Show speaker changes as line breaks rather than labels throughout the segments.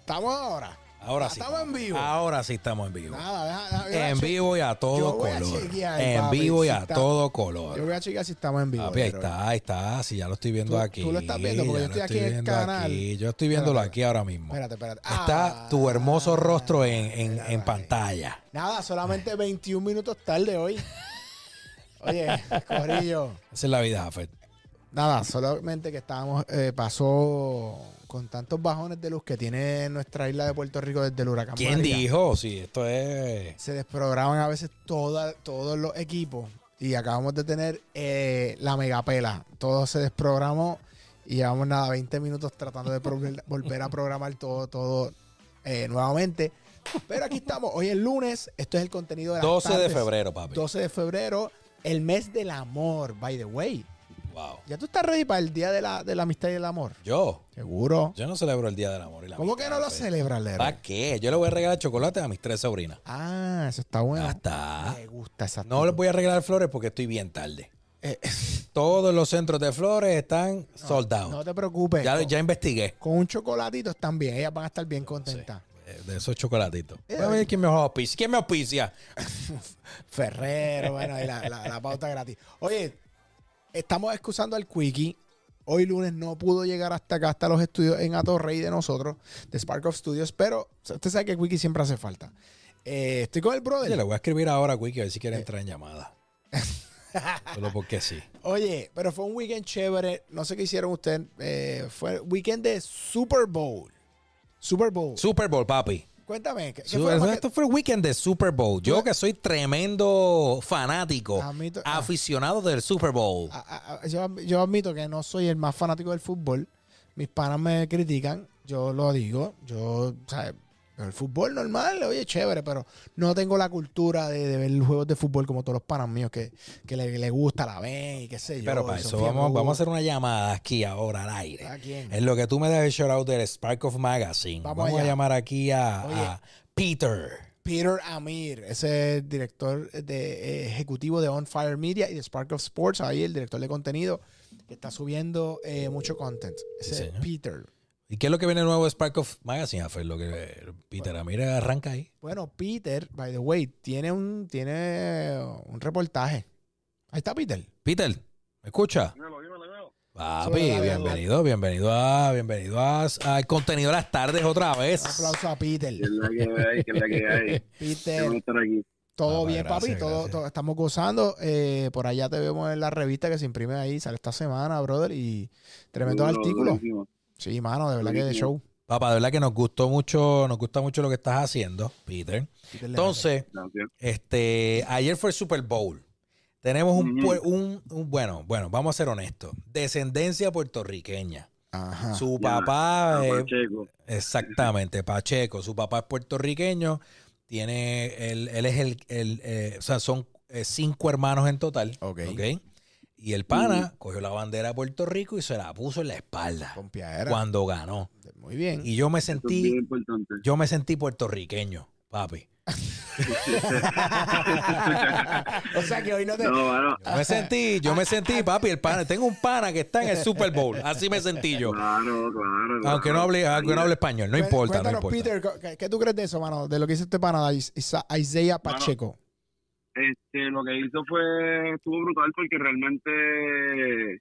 Estamos ahora.
Ahora
Ah,
sí.
estamos en vivo.
Ahora sí estamos en vivo.
Nada, deja- deja- yo voy a
en
che-
vivo y a
yo
todo
voy a
color.
chequear,
en
papi,
vivo y
si
a
está-
todo
Yo
color.
voy a checar si estamos en vivo.
Papi, ahí
pero-
está, ahí está. Si ya lo estoy viendo
Tú-
aquí.
tú lo estás viendo, porque yo
ya
estoy
lo
aquí en el
viendo
canal.
aquí. Yo estoy viéndolo
Espérate,
aquí ahora mismo.
Espérate, espérate.
Está
Ah,
tu hermoso rostro en, en, en
espérate.
pantalla.
Nada, solamente 21 minutos tarde hoy. Oye, Corillo.
Esa es la vida, Jafet.
Nada, solamente que estábamos, eh, pasó con tantos bajones de luz que tiene nuestra isla de Puerto Rico desde el huracán.
¿Quién
María.
dijo? Sí, esto es.
Se desprograman a veces toda- todos los equipos y acabamos de tener eh, la megapela. Todo se desprogramó y llevamos nada, 20 minutos tratando de prog- volver a programar todo, todo eh, nuevamente. Pero aquí estamos, hoy es lunes, esto es el contenido de las
12 de
tardes.
febrero, papi.
12 de febrero, el mes del amor, by the way.
Wow.
¿Ya tú estás ready para el día de la, de la amistad y el amor?
Yo,
Seguro.
yo no pues. celebro el Día del Amor y la
¿Cómo
Amistad,
que no lo
Jafet.
celebras, Lero?
¿Para qué? Yo le voy a regalar chocolate a mis tres sobrinas.
Ah, eso está bueno.
Ya está.
Me gusta esa
No
actitud.
les voy a regalar flores porque estoy bien tarde.
Eh,
Todos los centros de flores están sold out.
Ah, No te preocupes.
ya,
con,
ya investigué
con un chocolatito están bien. Ellas van a estar bien contentas.
eh, de esos chocolatitos.
Eh,
Voy a ver quién me auspicia. ¿Quién me auspicia?
Ferrero, bueno, y la, la- la pauta gratis. Oye, estamos excusando al Quickie. Hoy lunes no pudo llegar hasta acá, hasta los estudios en Atorrey de nosotros, de Spark of Studios, pero usted sabe que el Quickie siempre hace falta. Eh, estoy con el brother.
Oye, le voy a escribir ahora a Quickie a ver si
Eh.
quiere entrar en llamada. Solo porque sí.
Oye, pero fue un weekend chévere. No sé qué hicieron ustedes. Eh, fue weekend de Super Bowl. Super Bowl.
Super Bowl, papi.
Cuéntame. ¿qué, qué
Su-
fue lo más que-
esto fue el weekend de Super Bowl. Yo que soy tremendo fanático,
A mí to- ah.
aficionado del Super Bowl.
a- a- yo, am- yo admito que no soy el más fanático del fútbol. Mis panas me critican. Yo lo digo. Yo, ¿sabes? El fútbol normal, oye, chévere, pero no tengo la cultura de, de ver juegos de fútbol como todos los panas míos que, que le, le gusta, la ven y oh, qué sé yo.
Pero
y
para eso
son
vamos,
fieles.
vamos a hacer una llamada aquí ahora al aire.
¿A quién?
Es lo que tú me das el shout out del Spark of Magazine.
Vamos
Vamos,
allá.
a llamar aquí a,
Oye.
a Peter.
Peter Amir, ese director de, eh, ejecutivo de On Fire Media y de Spark of Sports, ahí el director de contenido, que está subiendo eh, mucho content. Ese
Sí, señor.
Peter.
¿Y qué es lo que viene nuevo de Spark of Magazine, Alfred? Lo que eh, Peter Amir arranca ahí.
Bueno, Peter, by the way, tiene un, tiene un reportaje. Ahí está Peter.
Peter, ¿me escucha?
Sobre
Papi,
la
bienvenido, bienvenido a, bienvenido a, al contenido de las tardes otra vez.
Un aplauso a Peter.
Que es la que hay, que es la que hay. Qué bueno
Peter,
estar aquí.
todo
Papá,
bien, papi.
gracias,
Todo,
gracias.
todo- estamos gozando. Eh, por allá te vemos en la revista que se imprime ahí, sale esta semana, brother. Y tremendos
Duro,
artículos.
durísimo.
Sí, mano, de verdad que de show.
Papá, de verdad que nos gustó mucho, nos gusta mucho lo que estás haciendo, Peter.
Peter le
Entonces,
Gracias.
Este, ayer fue el Super Bowl. Tenemos un,
Ujú.
pue- un, un- bueno, bueno, vamos a ser honestos. Descendencia puertorriqueña.
mete. Ajá.
Su
Ah, Ya,
papá,
Ah,
eh,
Pacheco.
exactamente, Pacheco. Su papá es puertorriqueño. Tiene, él, él es el, el, eh, o sea, son eh, cinco hermanos en total.
Ok.
¿ok? Y el pana cogió la bandera de Puerto Rico y se la puso en la espalda
Pompeadera.
cuando ganó.
Muy bien.
Y yo me
Esto es bien
sentí,
importante.
yo me sentí puertorriqueño, papi.
o sea que hoy no te.
No, bueno,
Yo me sentí, yo me sentí, papi, el pana. Tengo un pana que está en el Super Bowl. Así me sentí yo.
claro, claro.
Aunque no hable, aunque no hable español, no
Cuen-
importa, no
Cuéntanos, Peter,
importa.
¿qué, qué tú crees de eso, mano? De lo que hizo este pana, Is- Isa- Isaiah
Mano,
Pacheco.
Este, lo que hizo fue, estuvo brutal porque realmente,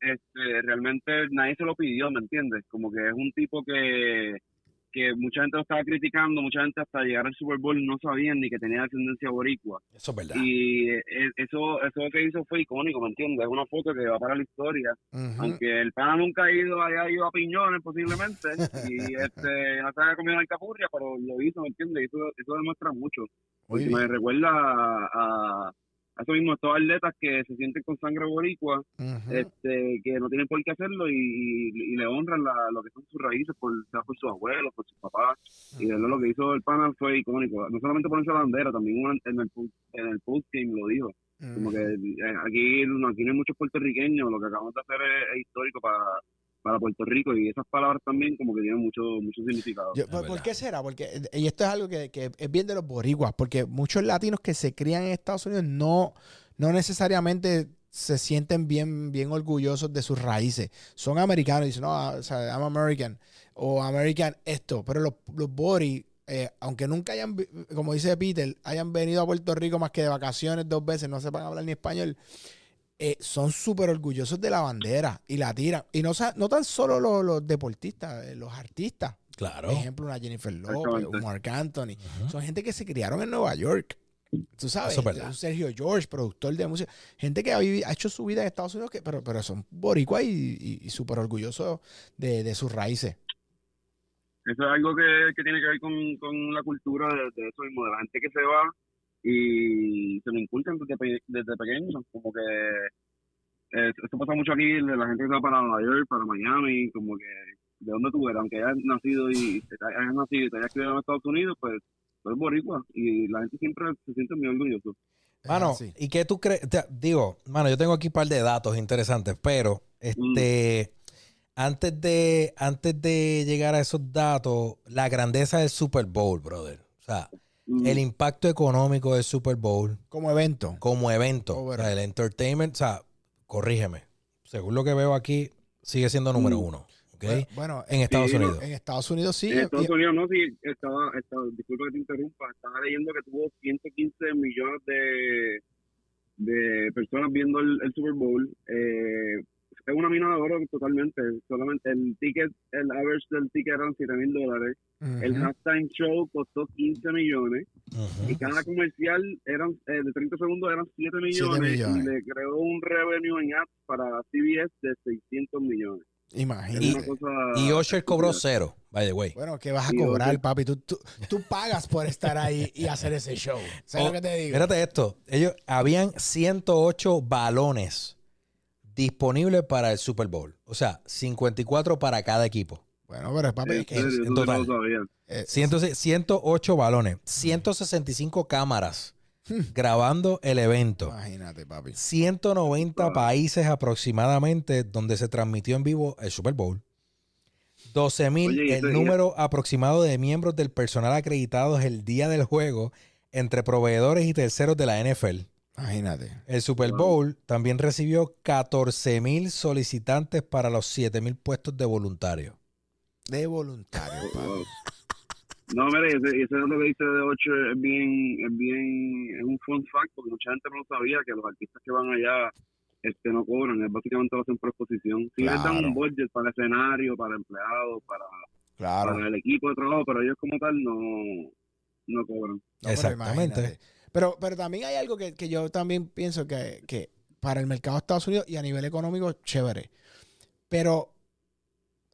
este, realmente nadie se lo pidió, ¿me entiendes? Como que es un tipo que, que mucha gente lo estaba criticando, mucha gente hasta llegar al Super Bowl no sabían ni que tenía ascendencia boricua.
Eso es verdad.
Y eh, eso, eso que hizo fue icónico, ¿me entiendes? Es una foto que va para la historia.
Ujú.
Aunque el pana nunca ha ido, haya ido a piñones posiblemente, y este, no se haya comido alcapurria, pero lo hizo, ¿me entiendes? Y Eso, eso demuestra mucho.
Muy
Porque
bien.
me recuerda a, a, a eso mismo, a estos atletas que se sienten con sangre boricua,
Ujú.
哎 este, que no tienen por qué hacerlo y, y- y le honran la, lo que son sus raíces, por, sea por sus abuelos, por sus papás. Y de verdad lo que hizo el pana fue icónico. No solamente por esa bandera, también un- en el, post- en el postgame lo dijo. Como
嗯
que eh, aquí, no- aquí no hay muchos puertorriqueños, lo que acabamos de hacer es, es histórico para, para Puerto Rico y esas palabras también como que tienen mucho, mucho significado.
Yo-
Es
¿por, por
verdad.
qué será? Porque, eh, y esto es algo que, que es bien de los boriguas, porque muchos latinos que se crían en Estados Unidos no, no necesariamente se sienten bien, bien orgullosos de sus raíces. Son americanos, dicen, no, ah, o sea, I'm American. o American esto, pero los, los Boris, eh, aunque nunca hayan, vi- como dice Peter, hayan venido a Puerto Rico más que de vacaciones dos veces, no sepan hablar ni español, eh, son súper orgullosos de la bandera y la tiran. Y no, sa- no tan solo los, los deportistas, eh, los artistas.
Claro.
Por ejemplo, una Jennifer López,
Exactamente.
un Mark Anthony.
Ujú.
Son gente que se criaron en Nueva York. Tú sabes,
Eso es verdad.
un Sergio George, productor de música. Gente que ha, vivi- ha hecho su vida en Estados Unidos, que, pero, pero son boricuas y, y- y súper orgullosos de, de sus raíces.
Eso es algo que, que tiene que ver con, con la cultura de, de eso mismo, de la gente que se va y se lo inculcan desde, pe- desde pequeño. Como que eh, esto pasa mucho aquí, de la gente que se va para Nueva York, para Miami, como que de donde tú eres, aunque hayas nacido y te hayas nacido y te hayas criado en Estados Unidos, pues tú eres boricua y la gente siempre se siente muy orgullosa.
Es
Ah,
Mano,
así.
¿y qué tú crees? Te- Digo, mano, yo tengo aquí un par de datos interesantes, pero este, antes, de, antes de llegar a esos datos, la grandeza del Super Bowl, brother. O sea,
Mm.
el impacto económico del Super Bowl
como evento.
como evento,
Oh,
Overall.
o sea, el entertainment, o sea, corrígeme, según lo que veo aquí, sigue siendo número
Mm.
uno, ¿ok?
Bueno, bueno,
en Estados
sí,
Unidos.
en Estados Unidos sí.
En Estados
y-
Unidos Eh, no, sí, estaba, estaba, disculpa que te interrumpa, estaba leyendo que tuvo 115 millones de, de personas viendo el, el Super Bowl. Eh, es una mina de oro totalmente, solamente el ticket, el average del ticket eran 7 mil dólares,
Ujú.
el halftime show costó 15 millones y
Ujú.
cada comercial eran eh, de 30 segundos eran 7 millones,
millones.
y le creó un revenue en apps para CBS de 600 millones. Es
Imagínate.
una cosa
Y Osher cobró
estúpida.
cero, by the way.
Bueno, ¿qué vas a
Y
cobrar,
oye-
papi? Tú, tú, tú pagas por estar ahí y hacer ese show. ¿Sabes
Oh,
lo que te digo?
Espérate esto, ellos habían 108 balones disponibles para el Super Bowl, o sea, 54 para cada equipo.
Bueno, pero papi, es que-
En
en
serio, eso sí
total.
no lo sabía.
eh,
100 108 balones, 165 cámaras
Hmm.
grabando el evento.
imagínate, papi.
190
Wow.
países aproximadamente donde se transmitió en vivo el Super Bowl. 12.000
Oye, y
el
eso- y-
número aproximado de miembros del personal acreditados el día del juego entre proveedores y terceros de la NFL.
Imagínate.
El Super
Wow.
Bowl también recibió 14.000 solicitantes para los 7.000 puestos de voluntarios.
De voluntario, papi.
No, mira, ese, ese dato que dice de 8 es bien, es bien, es un fun fact, porque mucha gente no sabía que los artistas que van allá este, no cobran, es básicamente hacen por exposición. Sí les dan
Claro.
un budget para escenario, para empleados, para,
Claro.
para el equipo de trabajo, pero ellos como tal no, no cobran.
No, pero
Exactamente.
imagínate. Pero, pero también hay algo que, que yo también pienso que, que para el mercado de Estados Unidos y a nivel económico, chévere. Pero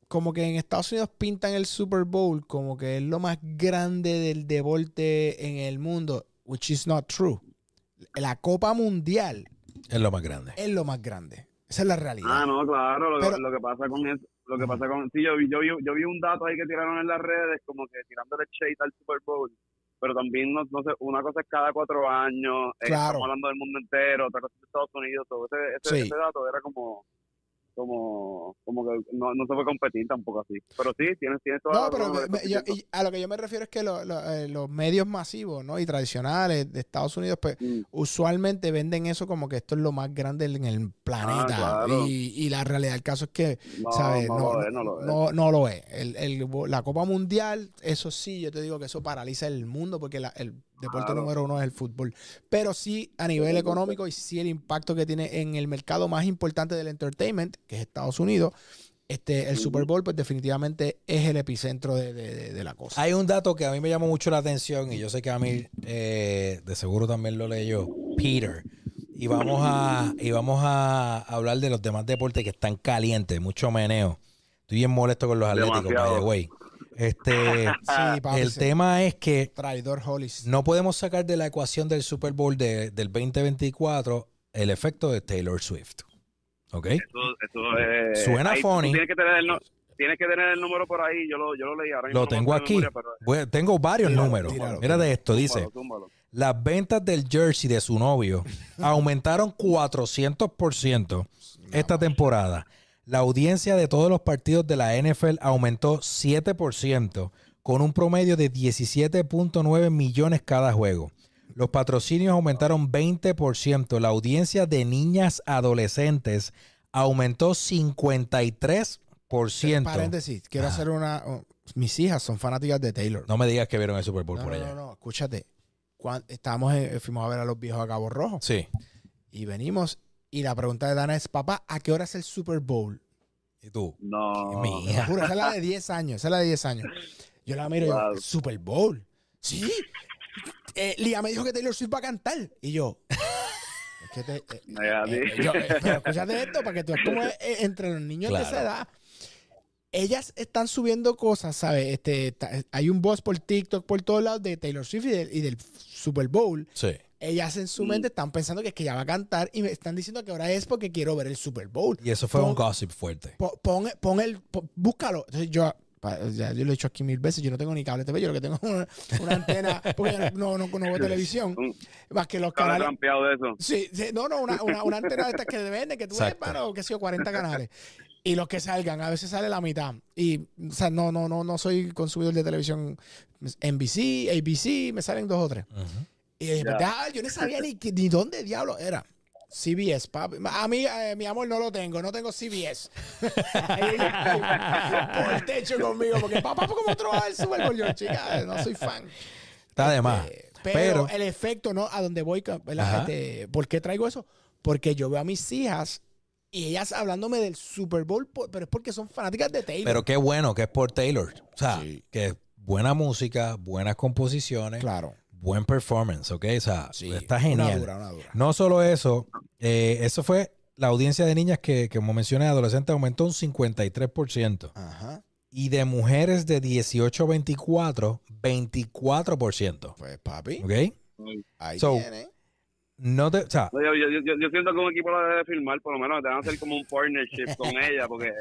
como que en Estados Unidos pintan el Super Bowl como que es lo más grande del deporte en el mundo, which is not true. La Copa Mundial
Es lo más grande.
es lo más grande. Esa es la realidad.
Ah, no, claro, lo, que-
Pero-
lo que pasa con eso, lo que pasa con, sí, yo vi, yo, vi, yo vi un dato ahí que tiraron en las redes, como que tirándole shade al Super Bowl, pero también, no, no sé, una cosa es cada cuatro años, eh,
Claro.
estamos hablando del mundo entero, otra cosa es de Estados Unidos, todo ese, ese,
Sí.
ese dato era como, como, como que no, no se puede competir tampoco así, pero sí, tienes, tienes toda
No,
la
pero
razón,
me-
lo que
me-
estás
yo-
diciendo.
y a lo que yo me refiero es que lo- lo- eh, los medios masivos ¿no? y tradicionales de Estados Unidos, pues
Mm.
usualmente venden eso como que esto es lo más grande en el planeta.
Ah, claro.
y, y la realidad del caso es que,
No,
¿sabes?
no,
No,
lo es, no lo es.
no- no lo es. El- el- la Copa Mundial, eso sí, yo te digo que eso paraliza el mundo porque la- el deporte
Claro.
número uno es el fútbol. Pero sí, a nivel
Totalmente.
económico y sí el impacto que tiene en el mercado más importante del entertainment, que es Estados Unidos, este, el
Ujú.
Super Bowl, pues definitivamente es el epicentro de, de- de- de la cosa.
Hay un dato que a mí me llamó mucho la atención y yo sé que a mí eh, de seguro también lo leyó Peter. Y vamos a y vamos a hablar de los demás deportes que están calientes, mucho meneo. Estoy bien molesto con los atléticos, by the
Demasiado.
way. Este,
Sí, papi,
el
sí.
tema es que
Traidor Hollis.
no podemos sacar de la ecuación del Super Bowl de- del 2024 el efecto de Taylor Swift. ¿Ok?
Eso- eso es-
Suena
ahí tú
funny.
Tienes que tener el, no- tienes que tener el número por ahí, yo lo, yo lo leí ahora mismo
Lo
no me
tengo
acuerdo de
aquí.
memoria, pero-
Voy a- Tengo varios
Tíralo,
números.
tíralo,
Mira de esto, dice.
Túmbalo, túmbalo.
las ventas del jersey de su novio aumentaron 400% esta temporada. La audiencia de todos los partidos de la NFL aumentó 7%, con un promedio de 17.9 millones cada juego. Los patrocinios aumentaron 20%. La audiencia de niñas adolescentes aumentó 53%. por ciento.
Paréntesis, quiero
Ajá.
hacer una. un- mis hijas son fanáticas de Taylor.
No me digas que vieron el Super Bowl
no,
por
no,
allá.
no, no, escúchate. Cuan- estábamos en- eh, fuimos a ver a los viejos a Cabo Rojo
Sí.
y venimos. Y la pregunta de Dana es: Papá, ¿a qué hora es el Super Bowl?
¿Y tú?
No.
Mi
Te
hija.
juro, esa es la de 10 años. Esa es la de 10 años. Yo la miro y digo,
Wow.
¿el Super Bowl. Sí. Eh, Lía me dijo que Taylor Swift va a cantar. Y yo. Es que te- eh,
Mira,
eh,
sí.
yo- eh, pero escúchate esto para que tú veas cómo es, eh, entre los niños de esa
Claro.
edad. Ellas están subiendo cosas, ¿sabes? Este, ta- hay un boss por TikTok, por todos lados de Taylor Swift y del, y del Super Bowl.
Sí.
Ellas en su
Mm.
mente están pensando que es que ya va a cantar y me están diciendo que ahora es porque quiero ver el Super Bowl.
Y eso fue un
Pon-
gossip fuerte.
Po- Pon, pon el, po- búscalo. Entonces yo, pa- ya yo lo he hecho aquí mil veces, yo no tengo ni cable TV, yo lo que tengo es una, una antena, porque yo no, no, no veo televisión,
Un
más que los
cable
canales.
trampeado de eso.
Sí, sí, no, no, una, una, una antena de estas que venden, que tú ves,
Exacto.
mano, que sé yo, 40 canales. Y los que salgan, a veces sale la mitad. Y, o sea, no, no, no, no soy consumidor de televisión NBC, ABC, me salen dos o tres.
Ujú.
Y de repente, ah, yo no sabía ni, que- ni dónde diablo era. CBS, papi. A mí, eh, mi amor, no lo tengo. No tengo CBS. Ahí ella, por el techo conmigo. Porque papá, ¿cómo tú vas al Super Bowl? Yo, chica, no soy fan.
Está de más.
Eh, pero,
Pero,
el efecto, ¿no? A donde voy, ¿verdad?
Ajá.
Este, ¿por qué traigo eso? Porque yo veo a mis hijas y ellas hablándome del Super Bowl, po- pero es porque son fanáticas de Taylor.
pero qué bueno que es por Taylor. O sea,
Sí.
que es buena música, buenas composiciones,
claro.
buen performance, ¿ok? O sea,
Sí.
está
Una
genial.
dura, una dura.
No solo eso, eh, eso fue la audiencia de niñas que, que como mencioné, adolescentes aumentó un 53%.
Ajá.
Y de mujeres de 18 a 24, 24%.
Pues, papi,
¿Ok?
ahí
So,
tiene.
No te, o sea,
No, Yo, yo, yo, yo siento que un equipo lo debe firmar, por lo menos deben hacer como un partnership con ella, porque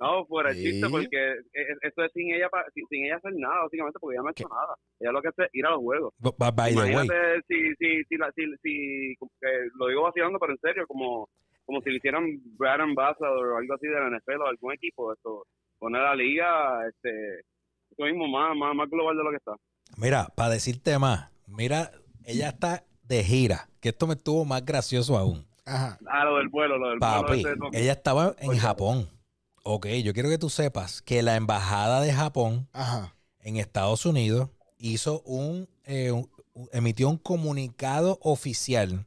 no, fuera el
Sí.
chiste, porque e- e- esto es sin ella, pa- sin, sin ella hacer nada, básicamente, porque ella no ha hecho nada. Ella lo que hace es ir a los juegos.
b- b- by the way,
Imagínate si, si, si, la- si, si- como que lo digo vacilando, pero en serio, como, como si le hicieran Brad Ambassador o algo así de la NFL o algún equipo, esto, poner a la liga, este, esto mismo más, más, más global de lo que está.
mira, para decirte más, mira, ella está de gira, que esto me estuvo más gracioso aún.
Ajá.
Ah, lo del vuelo, lo del vuelo.
Papi,
ese, no.
ella estaba en Japón. Ok, yo quiero que tú sepas que la embajada de Japón
Ajá.
en Estados Unidos hizo un, eh, un- emitió un comunicado oficial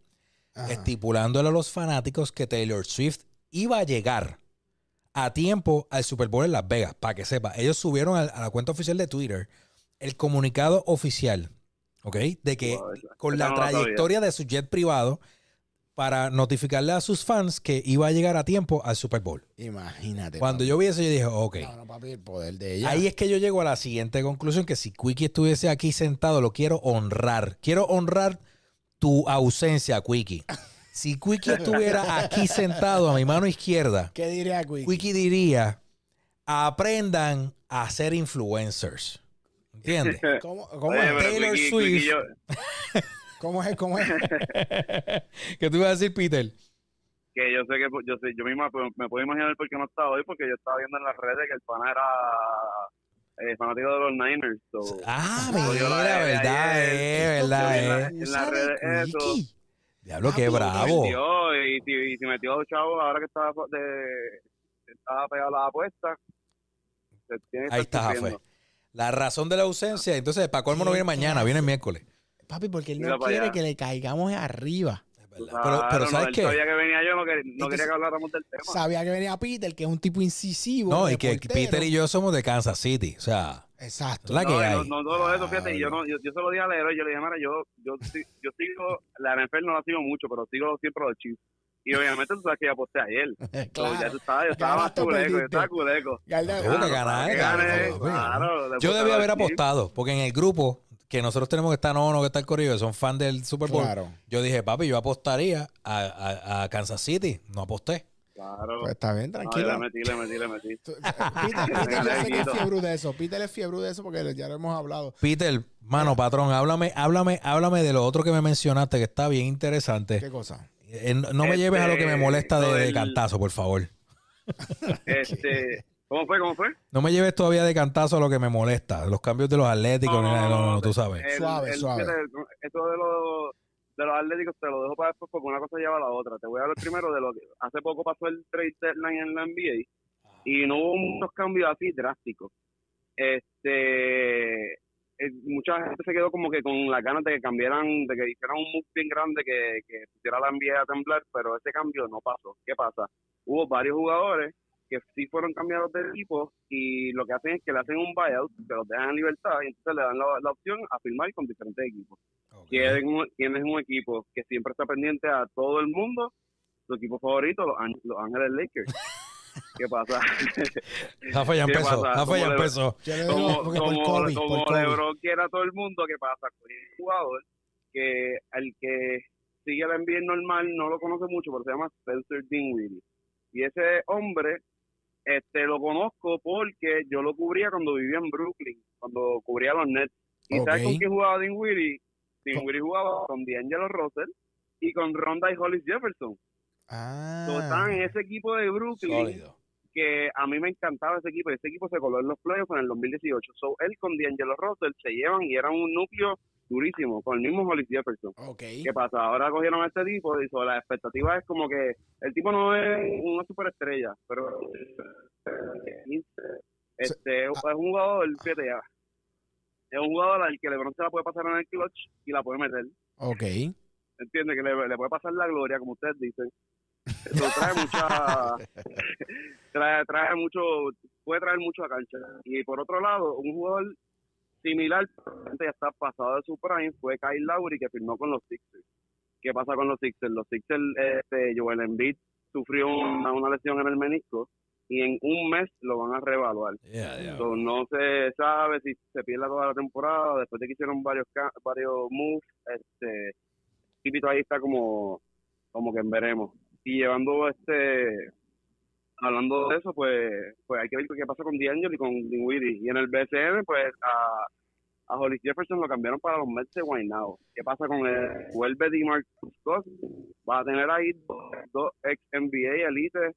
ajá.
Este, estipulándole a los fanáticos que Taylor Swift iba a llegar a tiempo al Super Bowl en Las Vegas, para que sepa. Ellos subieron al- a, la cuenta oficial de Twitter el comunicado oficial, ¿ok? De que
Wow, esa-
con
esa
la
no la sabía.
trayectoria de su jet privado para notificarle a sus fans que iba a llegar a tiempo al Super Bowl.
Imagínate.
Cuando
papi. Ah,
yo vi eso, yo dije, ok.
No, no, papi, el poder de ella.
Ahí es que yo llego a la siguiente conclusión, que si Quickie estuviese aquí sentado, lo quiero honrar. Quiero honrar tu ausencia, Quickie. Si Quickie estuviera aquí sentado a mi mano izquierda,
¿Qué diría Quickie?
Quickie diría, aprendan a ser influencers. ¿Entiendes?
¿Cómo, cómo
Oye,
es?
pero
Taylor
Quickie-
Swift.
Quickie, yo-
¿Cómo es? ¿Cómo es?
¿Qué tú ibas a decir, Peter?
que yo sé que yo sé, yo misma pues, me puedo imaginar por qué no estaba hoy porque yo estaba viendo en las redes que el pana era eh, fanático de los Niners so.
Ah,
Ah,
mira,
yo la- la-
verdad,
ayer,
eh,
yo vi
verdad,
la-
eh.
en las redes eso. Ah,
Quickie?
Diablo, qué
Papi,
bravo.
metió, y, si- y si metió a los chavos ahora que estaba de, estaba pegado a la apuesta se tiene que
Ahí
estar
está, Jafe.
sufriendo.
La razón de la ausencia, entonces, para colmo no viene mañana, viene el miércoles.
Papi, porque él
Mira
no
pa'
quiere
allá.
que le caigamos arriba.
Pero, pero
Claro,
¿sabes
no, él
qué?
sabía que venía yo no, quer- no
Entonces-
quería que habláramos del tema
Sabía que venía Peter, que es un tipo incisivo.
No, y que
reportero.
Peter y yo somos de Kansas City. O sea,
Exacto.
la que
no,
hay.
no, no solo eso, fíjate,
Diablo.
y yo, no, yo, yo se lo dije a Leroy, yo le dije, mira, yo, yo, si- yo sigo, la NFL no la sigo mucho, pero sigo siempre a los Chiefs. Y obviamente tú sabes que ya aposté ayer. Entonces, Ya
Pues, claro.
tú sabes, yo estaba más
Ganaste o
culeco, yo
perdiste.
estaba culeco.
Galda-
Tuvo que
Claro,
ganar, eh,
que
cabrón, pues,
gané,
papi.
claro, le
Yo
puse
debía
a los
haber
Chiefs.
apostado, porque en el grupo que nosotros tenemos que está Nono, que está el Corillo, que son fan del Super Bowl.
Claro.
Yo dije, papi, yo apostaría a, a- a Kansas City. No aposté.
Claro.
Pues está bien,
No,
tranquilo.
yo le metí, le metí, le metí.
Tú- Peter, Peter, yo sé que es
Tranquilo.
fiebre de eso. Peter es fiebre de eso porque ya lo hemos hablado.
Peter, mano, patrón, háblame, háblame, háblame de lo otro que me mencionaste, que está bien
¿Qué
interesante.
cosa?
Eh, no no me lleves a lo que me
Este,
molesta de,
lo
de
del-
cantazo, por favor.
Este, ¿Cómo fue? ¿Cómo fue?
No me lleves todavía de cantazo a lo que me molesta, los cambios de los atléticos, ni nada, no, no, no, tú sabes.
El-
Suave,
el-
suave.
fíjate, Esto de los, de los atléticos te lo dejo para después porque una cosa lleva a la otra. Te voy a hablar primero de lo que hace poco pasó el trade deadline en la NBA y no hubo muchos cambios así drásticos. Este, eh, mucha gente se quedó como que con las ganas de que cambiaran, de que hicieran un move bien grande que, que pusiera la NBA a temblar, pero ese cambio no pasó. ¿Qué pasa? Hubo varios jugadores que sí fueron cambiados de equipo y lo que hacen es que le hacen un buyout, que los dejan en libertad y entonces le dan la, la opción a firmar con diferentes equipos.
Ok.
Tienes un, tienes un equipo que siempre está pendiente a todo el mundo, tu equipo favorito, los, Ang- los Ángeles Lakers. ¿Qué pasa?
Rafa ya
¿Qué
empezó.
pasa?
Rafa ya
¿Cómo le-
empezó.
Yo le doy
como,
porque
como,
por Kobe,
como
por Kobe.
LeBron quiere a todo el mundo, ¿qué pasa? Con un jugador que al que sigue la NBA normal no lo conoce mucho, pero se llama Spencer Dinwiddie. Y ese hombre este lo conozco porque yo lo cubría cuando vivía en Brooklyn, cuando cubría los Nets. ¿Y sabes
Ok.
con quién jugaba Dinwiddie? Dinwiddie jugaba con D'Angelo Russell y con Ronda y Hollis Jefferson.
Ah.
So, estaban en ese equipo de Brooklyn
Sólido.
que a mí me encantaba ese equipo y ese equipo se coló en los playoffs en el 2018. So, él con D'Angelo Russell se llevan y eran un núcleo durísimo con el mismo Hollis Jefferson.
Ok.
¿Qué pasa? Ahora cogieron a este tipo y so, la expectativa es como que el tipo no es una superestrella, pero este, es un jugador, fíjate ya, es un jugador al que LeBron se la puede pasar en el clutch y la puede meter.
Ok.
¿Entiendes? Que le, le puede pasar la gloria, como ustedes dicen. Eso trae mucha. trae, trae mucho. Puede traer mucho a cancha. Y por otro lado, un jugador similar, probablemente ya está pasado de su prime, fue Kyle Lowry, que firmó con los Sixers. ¿Qué pasa con los Sixers? Los Sixers, este, Joel Embiid sufrió una, una lesión en el menisco y en un mes lo van a reevaluar.
Yeah, yeah.
So, no se sabe si se pierde toda la temporada después de que hicieron varios ca- varios moves este Tipito ahí está como como que en veremos y llevando este hablando de eso pues pues hay que ver qué pasa con D'Angelo y con Dinwiddie y en el BCN pues a a Hollis Jefferson lo cambiaron para los Mets de Guaynabo. ¿Qué pasa con él? Vuelve DeMarcus Cousins. Va a tener ahí dos, dos ex NBA elites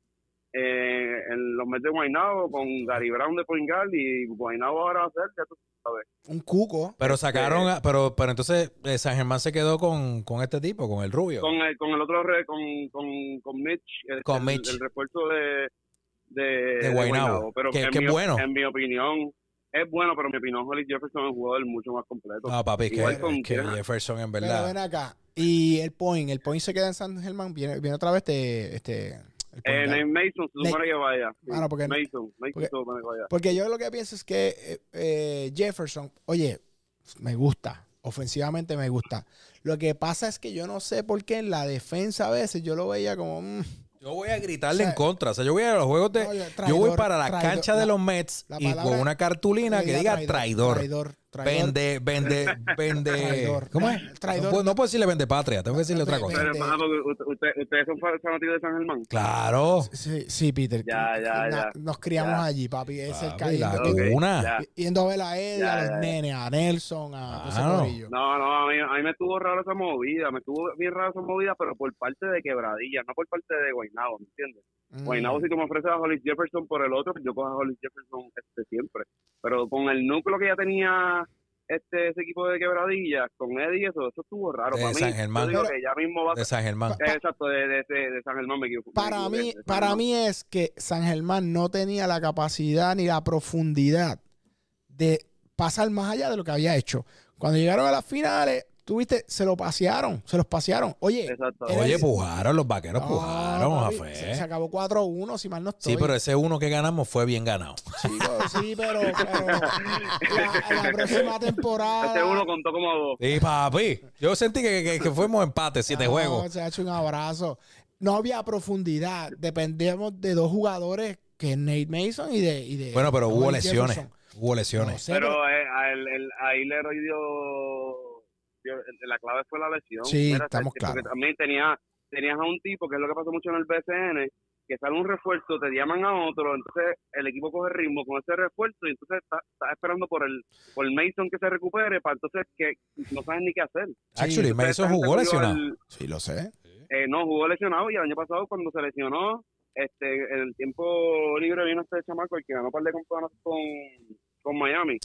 eh, en los meses de Guaynabo con Gary Brown de Point Guard y Guaynabo ahora va a ser, ya tú sabes.
Un cuco.
Pero
Eh,
sacaron, a- pero, pero entonces eh, San Germán se quedó con, con este tipo, con el rubio.
Con el, con el otro, re- con, con, con Mitch, el,
Con
el-
Mitch.
el refuerzo de, de, de
Guaynabo.
Pero
Que-
en,
que
mi,
bueno.
en mi opinión, es bueno, pero en mi opinión, Hollis Jefferson es un jugador mucho más completo.
No, Ah, papi, que,
Igual con-
que Jefferson en
Pero ven
verdad.
acá. Y el point. El point se queda en San Germán. Viene, viene otra vez este. este el point
En
guard.
el Mason, se
Le-
supone que vaya. Sí,
Bueno, porque-
Mason, Mason
porque-
se supone que vaya.
Porque yo lo que pienso es que eh, eh, Jefferson, oye, me gusta. Ofensivamente me gusta. Lo que pasa es que yo no sé por qué en la defensa a veces yo lo veía como. mm,
Yo voy a gritarle
O sea,
en contra. O sea, yo voy a los juegos de.
no, yo-
yo voy
traidor,
para la
traidor.
cancha de
La-
los Mets
la
y con
palabra-
una cartulina que diga traidor.
Traidor, traidor.
Vende, vende, vende.
Traidor.
¿Cómo es?
Traidor.
No, puedo, no puedo decirle vende patria, tengo que decirle otra
Ve-
cosa.
Pero,
de-
hermano, usted- usted- ustedes son fa- fanáticos de San Germán.
Claro.
Sí, sí, Peter.
Ya, ya,
Na-
ya.
Nos criamos
Ya.
allí, papi. Es el
Papi,
cariño.
la
que-
Ok,
Una.
ya.
Yendo a ver a él,
Ya,
a los
ya, ya.
nenes, a Nelson, a todo ese
Claro.
corillo.
No, no, a mí, a mí me estuvo raro esa movida, me estuvo bien raro esa movida, pero por parte de Quebradilla, no por parte de Guaynabo, ¿me entiendes?
Mm.
Guaynabo, si tú me ofreces a Hollis Jefferson por el otro, pues yo cojo a Hollis Jefferson este, siempre. Pero con el núcleo que ya tenía este ese equipo de Quebradilla, con Eddie, y eso, eso estuvo raro
De
para mí.
San Germán.
Yo digo
Pero-
que ya mismo va a eh,
De San Germán.
Pa-
Exacto, de, de, de- de San Germán me equivoco. me
Para
equivoqué,
mí,
de San
para
Germán.
mí es que San Germán no tenía la capacidad ni la profundidad de pasar más allá de lo que había hecho. Cuando llegaron a las finales, tuviste, se lo pasearon, se los pasearon. Oye,
Exacto.
Era
Oye,
el-
pujaron, los vaqueros
no,
pujaron,
papi,
Jafé.
se, se acabó 4-1, si mal no estoy.
Sí, pero ese uno que ganamos fue bien ganado.
Chico, sí, pero, pero la, la próxima temporada.
Este uno contó como dos.
Sí, papi. Yo sentí que, que- que fuimos empate, siete
No,
juegos.
Se ha hecho un abrazo. No había profundidad. Dependíamos de dos jugadores que es Nate Mason y de. y de-
Bueno, pero hubo
Owen
lesiones.
Jefferson.
Hubo
No
lesiones.
sé, pero-
Pero eh, a él- él- ahí Leroy dio, dio- La clave fue la lesión.
Sí,
Mira,
estamos
porque
claros.
También tenía, tenías a un tipo, que es lo que pasó mucho en el BCN, que sale un refuerzo, te llaman a otro, entonces el equipo coge ritmo con ese refuerzo y entonces está- estás esperando por el por Mason que se recupere, para entonces que no saben ni qué hacer.
Actually,
Sí,
Mason
Entonces,
jugó
esta gente cogió
lesionado.
al-
Sí, lo sé.
eh, no, jugó lesionado y el año pasado cuando se lesionó, este, en el tiempo libre vino este chamaco el que ganó un par de campeonatos con, con Miami,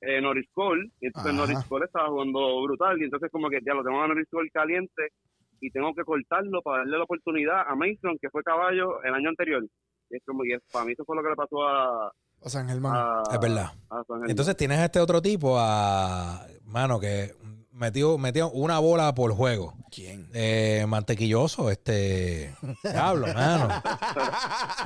eh, Norris Cole, y entonces
Ajá.
Norris Cole estaba jugando brutal y entonces como que ya lo tenemos a Norris Cole caliente y tengo que cortarlo para darle la oportunidad a Mason, que fue caballo el año anterior. Y es como, y es- para mí eso fue lo que le pasó a,
O San Germán.
a,
Es verdad.
a San Germán.
Entonces tienes a este otro tipo, a mano, que metió, metió una bola por juego.
¿Quién?
Eh, mantequilloso, este. Diablo, mano.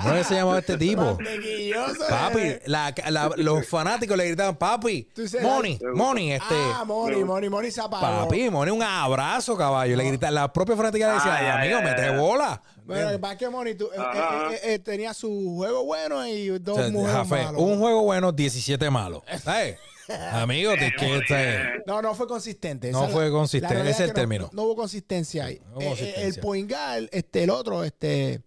¿Cómo es que se llamaba este tipo?
Mantequilloso.
Papi,
eh.
la- la- los fanáticos le gritaban, papi,
Tú serás-
Moni, Moni, este.
Ah, Moni, Moni, Moni Zapata.
Papi, Moni, un abrazo, caballo. Le gritaban, la propia fanática le decía,
Ay,
ay,
ay,
amigo,
ay,
mete
ay.
bola.
Bueno, el que Moni tú, eh,
Ajá.
eh, eh, eh, tenía su juego bueno y
O
dos
sea,
mujeres
Jafé,
malos.
un juego bueno, 17 malos. ¿Sabes? Amigo, te que ¿sabes?
No, no fue consistente.
No
es
fue
la-
consistente,
la realidad
ese es el
que no-
término.
No, hubo consistencia ahí.
No hubo
Eh, eh,
consistencia.
el point guard, este, el otro, este.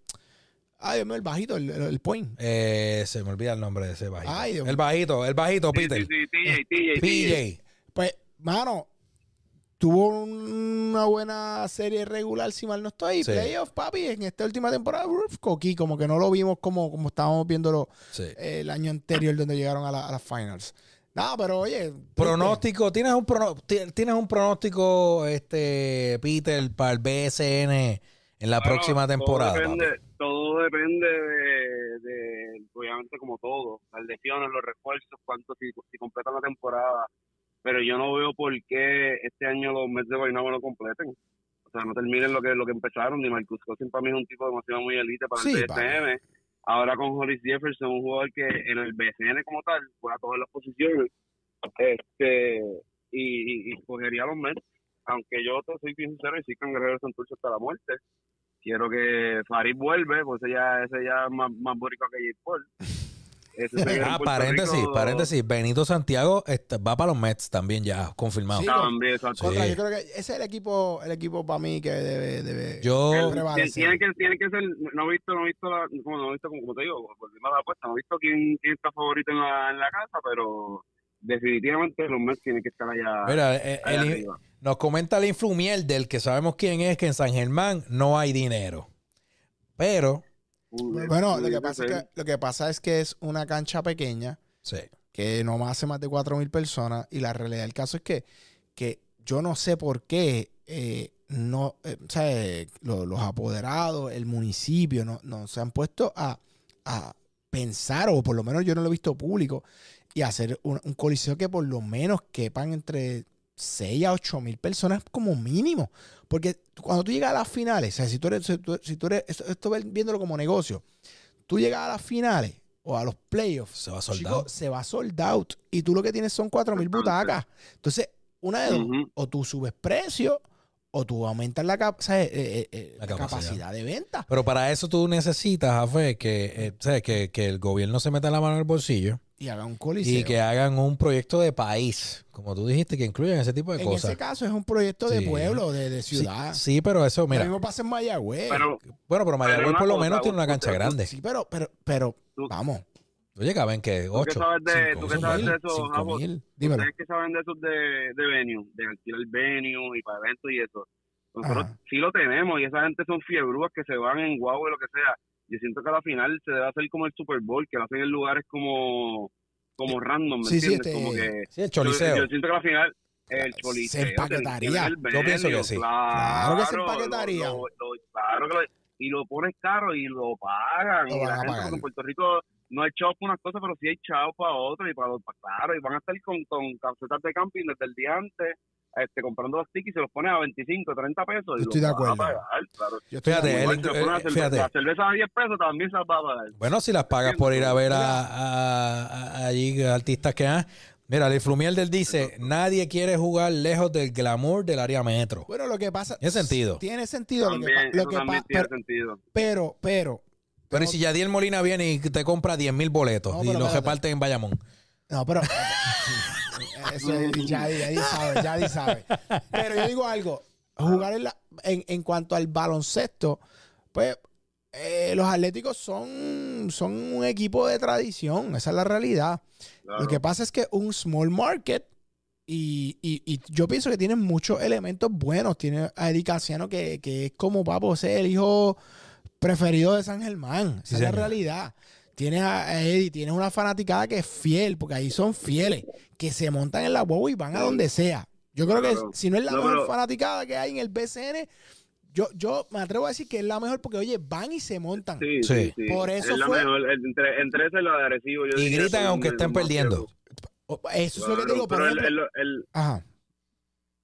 Ay, Dios mío, el bajito, el, el- el point.
Eh, se me olvida el nombre de ese bajito.
Ay, Dios mío.
el bajito, el bajito,
Sí,
Peter.
sí, sí, TJ, TJ,
PJ.
Pues, mano, tuvo una buena serie regular, si mal no estoy.
Sí.
Playoff, papi, en esta última temporada, uf, coquí, como que no lo vimos como, como estábamos viéndolo
Sí.
eh, el año anterior, donde llegaron a, la- a las finals. No, pero oye. triste.
Pronóstico, ¿tienes un, prono- ti- tienes un pronóstico, este, Peter, para el BSN en la
Bueno,
próxima temporada.
Todo
papi?
depende, todo depende de, de, obviamente, como todo, las lesiones, los refuerzos, cuánto si, si completan la temporada. Pero yo no veo por qué este año los Mets de Guaynabo no completen. O sea, no terminen lo que lo que empezaron. Ni Marcus Cosin para mí es un tipo demasiado muy elite para
Sí,
el BSN. Ahora con Hollis Jefferson, un jugador que en el BSN como tal juega todas las posiciones. Este, y, y, y cogería a los Mets aunque yo te soy bien sincero y sí con Guerrero Santurce hasta la muerte. Quiero que Farid vuelve, pues ese ya, ese ya es más, más boricua que J. Paul. Ese se queda en
Ah,
Puerto
paréntesis,
Rico.
paréntesis. Benito Santiago este, va para los Mets también ya, confirmado.
Sí.
También, exacto.
Contra,
Sí.
Yo creo que ese es el equipo, el equipo para mí que debe. debe
Yo,
Pero-
Tien- Tiene que, tiene que ser, no he visto, no he visto, la, como, no he visto como, como te digo, por encima de la apuesta, no he visto quién, quién está favorito en la, en la casa, pero definitivamente los Mets tienen que estar allá,
mira, eh,
allá
el-
arriba.
nos comenta el influmiel del que sabemos quién es, que en San Germán no hay dinero. Pero,
Pude-
Bueno, lo
pudiese
que, pasa es
ser.
que, lo que pasa es que es una cancha pequeña
sí.
que no más hace más de 4.000 personas y la realidad del caso es que, que yo no sé por qué eh, no, eh, o sea, eh, lo- los apoderados, el municipio, no, no se han puesto a, a pensar, o por lo menos yo no lo he visto público, y hacer un, un coliseo que por lo menos quepan entre 6 a 8 mil personas como mínimo. Porque tú- cuando tú llegas a las finales, o sea, si tú eres, si tú, si tú eres esto, esto viéndolo como negocio, tú llegas a las finales o a los playoffs,
Se va
Chico,
soldado.
se va sold out. Y tú lo que tienes son 4.000 butacas. Entonces, una de dos.
Ujú.
O tú subes precio o tú aumentas la, cap- o sea, eh, eh, eh,
La
la
capacidad.
capacidad. de venta.
Pero para eso tú necesitas, Jafé, que, eh, ¿sabes? que, que el gobierno se meta la mano en el bolsillo
Y haga un
y
coliseo.
que hagan un proyecto de país, como tú dijiste, que incluyan ese tipo de
en
cosas.
ese caso es un proyecto de
Sí.
pueblo, de, de
Sí,
ciudad.
Sí, pero eso,
Lo
mira.
mismo pasa en Mayagüez.
Pero,
Bueno, pero Mayagüez
una
por lo
cosa,
menos tiene una
usted-
cancha grande.
sí, pero, pero, pero,
Tú-
vamos.
Oye, caben que
¿Tú qué
8.
sabes de- tú qué
cinco
sabes
mil,
de eso,
cinco
Javo?
mil. Dímelo.
Ustedes que saben de esos de, de venue, de alquilar venue y para eventos y eso. Nosotros
Ajá.
sí lo tenemos y esa gente son fiebrúas que se van en guagua y lo que sea. Yo siento que a la final se debe hacer como el Super Bowl, que lo hacen en lugares como, como random, ¿me
Sí, sí,
entiendes?
este-
como que
Sí, el
yo,
Choliseo.
yo siento que a la final el Choliseo.
empaquetaría.
tiene el
Yo pienso que
venue,
sí.
Claro
Claro,
que se empaquetaría.
lo- lo- lo- claro que lo- y lo pones caro y lo pagan.
Lo
y
van
la
a
gente,
pagar.
porque en Puerto Rico no hay chavo para unas cosas, pero sí hay chavo para otras y para los para- claro, y van a estar con, con calcetas de camping desde el día antes, este, comprando los tickets y se los pones a 25, 30 pesos. y
Yo estoy de
los van a
acuerdo.
pagar, claro.
Yo estoy
Fíjate,
de
él-
acuerdo.
Igual que
eh,
ponen la cerve-
fíjate.
La cerveza a 10 pesos también se las va a pagar.
Bueno, si las pagas por ir a ver a, a- a- allí artistas que han. Mira, el Flumiel del dice: nadie quiere jugar lejos del glamour del área metro.
Bueno, lo que pasa.
Tiene sentido.
Tiene sentido. lo que
También,
pa- lo
eso
que
también
pa-
tiene
pero-
sentido.
pero, pero,
Pero ¿y si Yadiel Molina viene y te compra 10 mil boletos
No,
y
pero
los
espérate.
reparte en Bayamón.
No, pero. eh, Eso es- ya, ya, ya sabe, ya sabe. Pero yo digo algo: jugar en, la- en, en cuanto al baloncesto, pues eh, los Atléticos son, son un equipo de tradición, esa es la realidad.
Claro.
Lo que pasa es que un small market, y, y- y yo pienso que tienen muchos elementos buenos. Tiene a Eric Casiano, que, que es como papo, ese es el hijo preferido de San Germán. Esa
Sí,
es la
señor.
realidad. Tienes a a Eddie, tienes una fanaticada que es fiel, porque ahí son fieles, que se montan en la huevo y van a donde sea. Yo creo que
Claro.
si no es la
No,
mejor
pero-
fanaticada que hay en el BCN, Yo, yo me atrevo a decir que es la mejor porque, oye, van y se montan.
Sí,
Sí.
sí, sí.
Por eso
es la
fue-
mejor. Entre, entre ese y lo de Arecibo, yo
Y
diría
gritan
que
aunque
es
estén
más
perdiendo.
que-
O- Eso es lo que te
Claro,
digo. Por
pero el-
ejemplo,
el- el-
ajá.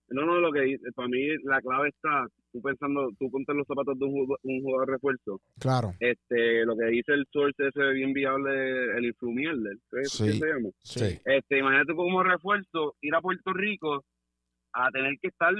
No, no, lo que dice, para mí la clave está, tú pensando, tú ponte los zapatos de un, jugo- un jugador de refuerzo,
Claro.
este, lo que dice el source ese bien viable, el Influmierder, ¿qué,
Sí.
qué se llama?
Sí.
Este, imagínate como refuerzo ir a Puerto Rico a tener que estar,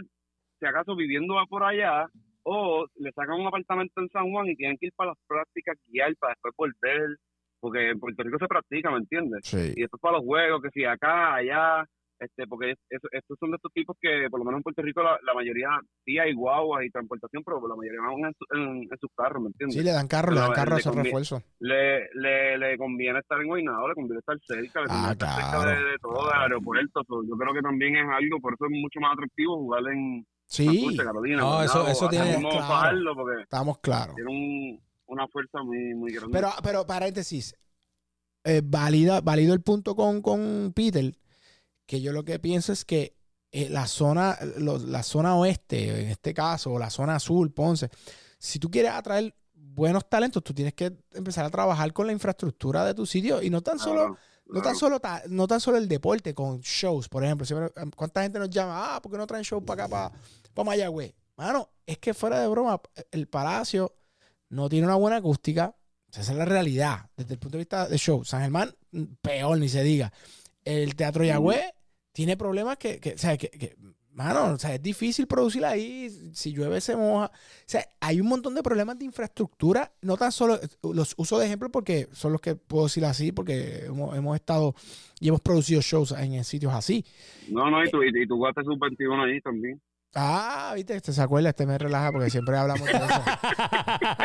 si acaso, viviendo a por allá, o le sacan un apartamento en San Juan y tienen que ir para las prácticas, guiar, para después volver, porque en Puerto Rico se practica, ¿me entiendes?
Sí.
y después para los juegos, que si acá, allá, este, porque es- es- estos son de estos tipos que por lo menos en Puerto Rico la, la mayoría sí hay guaguas y transportación, pero la mayoría van en, su- en- en sus carros, ¿me entiendes?
Sí, le dan carro, le dan
Pero
carro a
le
esos
conviene-
refuerzos.
Le, le, le conviene estar en Guaynabo, le conviene estar cerca, le conviene
Ah,
estar cerca
claro,
de, de todo, del aeropuerto, so, yo creo que también es algo, por eso es mucho más atractivo jugar en
Sí,
Santurce, Carolina,
No, eso-
Guaynabo,
eso
hasta
tiene-
mismo
claro.
Fajardo, porque
estamos claros.
tiene un- una fuerza muy, muy grande.
Pero, pero paréntesis, eh, valida, valido el punto con, con Peter, que yo lo que pienso es que eh, la, zona, lo- la zona oeste, en este caso, o la zona sur, Ponce, si tú quieres atraer buenos talentos, tú tienes que empezar a trabajar con la infraestructura de tu sitio y no tan solo
Claro,
no
claro.
tan, solo ta- no tan solo el deporte, con shows, por ejemplo. Siempre- em, ¿Cuánta gente nos llama? Ah, ¿por qué no traen shows para acá, para, Mayagüez? Mano, es que fuera de broma, el Palacio no tiene una buena acústica. O sea, Esa es la realidad. Desde el punto de vista de show, San Germán, mm, peor, ni se diga. El Teatro Yagüez tiene problemas que, que, o sea, que, que, mano, o sea, es difícil producir ahí. Si llueve, se moja. O sea, hay un montón de problemas de infraestructura, no tan solo, eh, los uso de ejemplo porque son los que puedo decir así, porque hemos, hemos estado y hemos producido shows en, en sitios así.
No, no, y tú, y, y tú jugaste sub-21 ahí también.
Ah, viste, este se acuerda, este me relaja porque siempre hablamos de eso.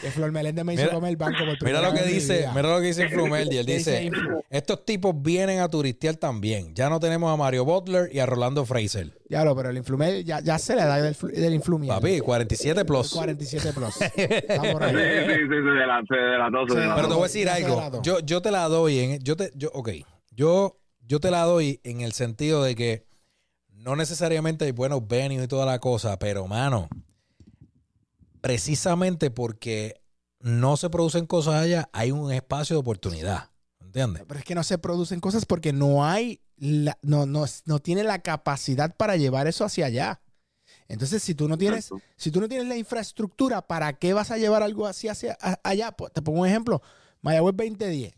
que Flor Meléndez me hizo
Mira-
comer el banco por primera
Mira lo
vez
que
en mi
dice,
vida.
mira lo que dice Flumeldi. Él dice,
Influ-
estos tipos vienen a turistear también. Ya no tenemos a Mario Butler y a Rolando Fraser.
Diablo, pero el influmel ya, ya se le da del, flu- del influmiel.
Papi, 47 plus.
47 plus. Está por
Sí,
ahí.
sí, sí, se delató, se delató, se
Sí.
delató.
Pero te voy a
Ya se
decir
la
algo.
doy.
Yo, yo te la doy en, yo te, yo, ok. Yo, yo te la doy en el sentido de que no necesariamente hay buenos venues y toda la cosa, pero mano, precisamente porque no se producen cosas allá, hay un espacio de oportunidad. ¿Entiendes?
Pero es que no se producen cosas porque no hay, la- no, no, no tiene la capacidad para llevar eso hacia allá. Entonces, si tú no tienes,
Exacto.
si tú no tienes la infraestructura, ¿para qué vas a llevar algo así hacia a- allá? Po- Te pongo un ejemplo, Mayagüez 2010.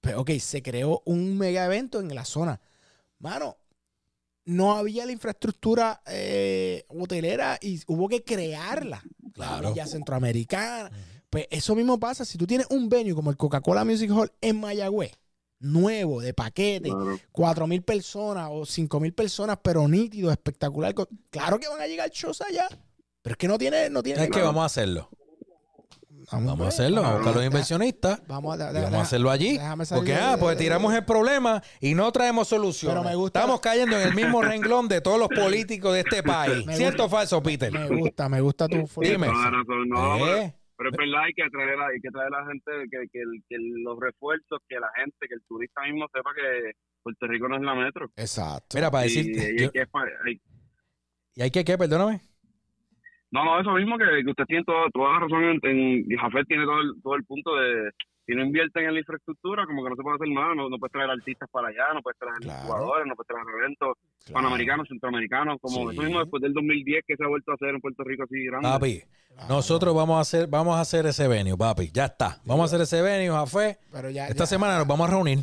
Pues, ok, se creó un mega evento en la zona. Mano, no había la infraestructura eh, hotelera y hubo que crearla.
Claro.
Ya centroamericana.
Ujú.
Pues eso mismo pasa si tú tienes un venue como el Coca-Cola Music Hall en Mayagüez, nuevo, de paquete,
Claro.
cuatro mil personas o cinco mil personas, pero nítido, espectacular. con- Claro que van a llegar shows allá. Pero es que no tiene, no tiene.
¿Sabes qué? Vamos a hacerlo. Vamos a hacerlo. Vamos a buscar los inversionistas.
Vamos a,
Y vamos a hacerlo allí.
déjame salir
Porque,
de-
ah,
de-
pues
de-
tiramos el problema y no traemos solución.
Pero me gusta-
Estamos cayendo en el mismo renglón de todos los políticos de este país.
Me
¿Cierto o falso, Peter?
Me gusta, me gusta tu forma.
Dime.
Toda la razón, no, pero-
¿Eh?
Pero es verdad, hay que atraer a, hay que atraer a la gente, que, que, el- que los refuerzos, que la gente, que el turista mismo sepa que Puerto Rico no es la metro.
Exacto.
Mira, para
Y-
decirte.
y hay
yo-
que pa- hay-
¿Y hay que qué? Perdóname.
no, no, eso mismo, que, que usted tiene toda, toda la razón, en, en- y Jafet tiene todo el, todo el punto de, si no invierten en la infraestructura, como que no se puede hacer nada, no, no puedes traer artistas para allá, no puedes traer
Claro.
jugadores, no puedes traer eventos
Claro.
panamericanos, centroamericanos, como
Sí. Ah,
eso mismo después del 2010 que se ha vuelto a hacer en Puerto Rico así grande.
Papi,
Ah,
nosotros vamos a hacer, vamos a hacer ese venue, papi. Ya está. Vamos a hacer ese venue, Jafé.
Pero ya,
Esta
ya-
semana nos vamos a reunir.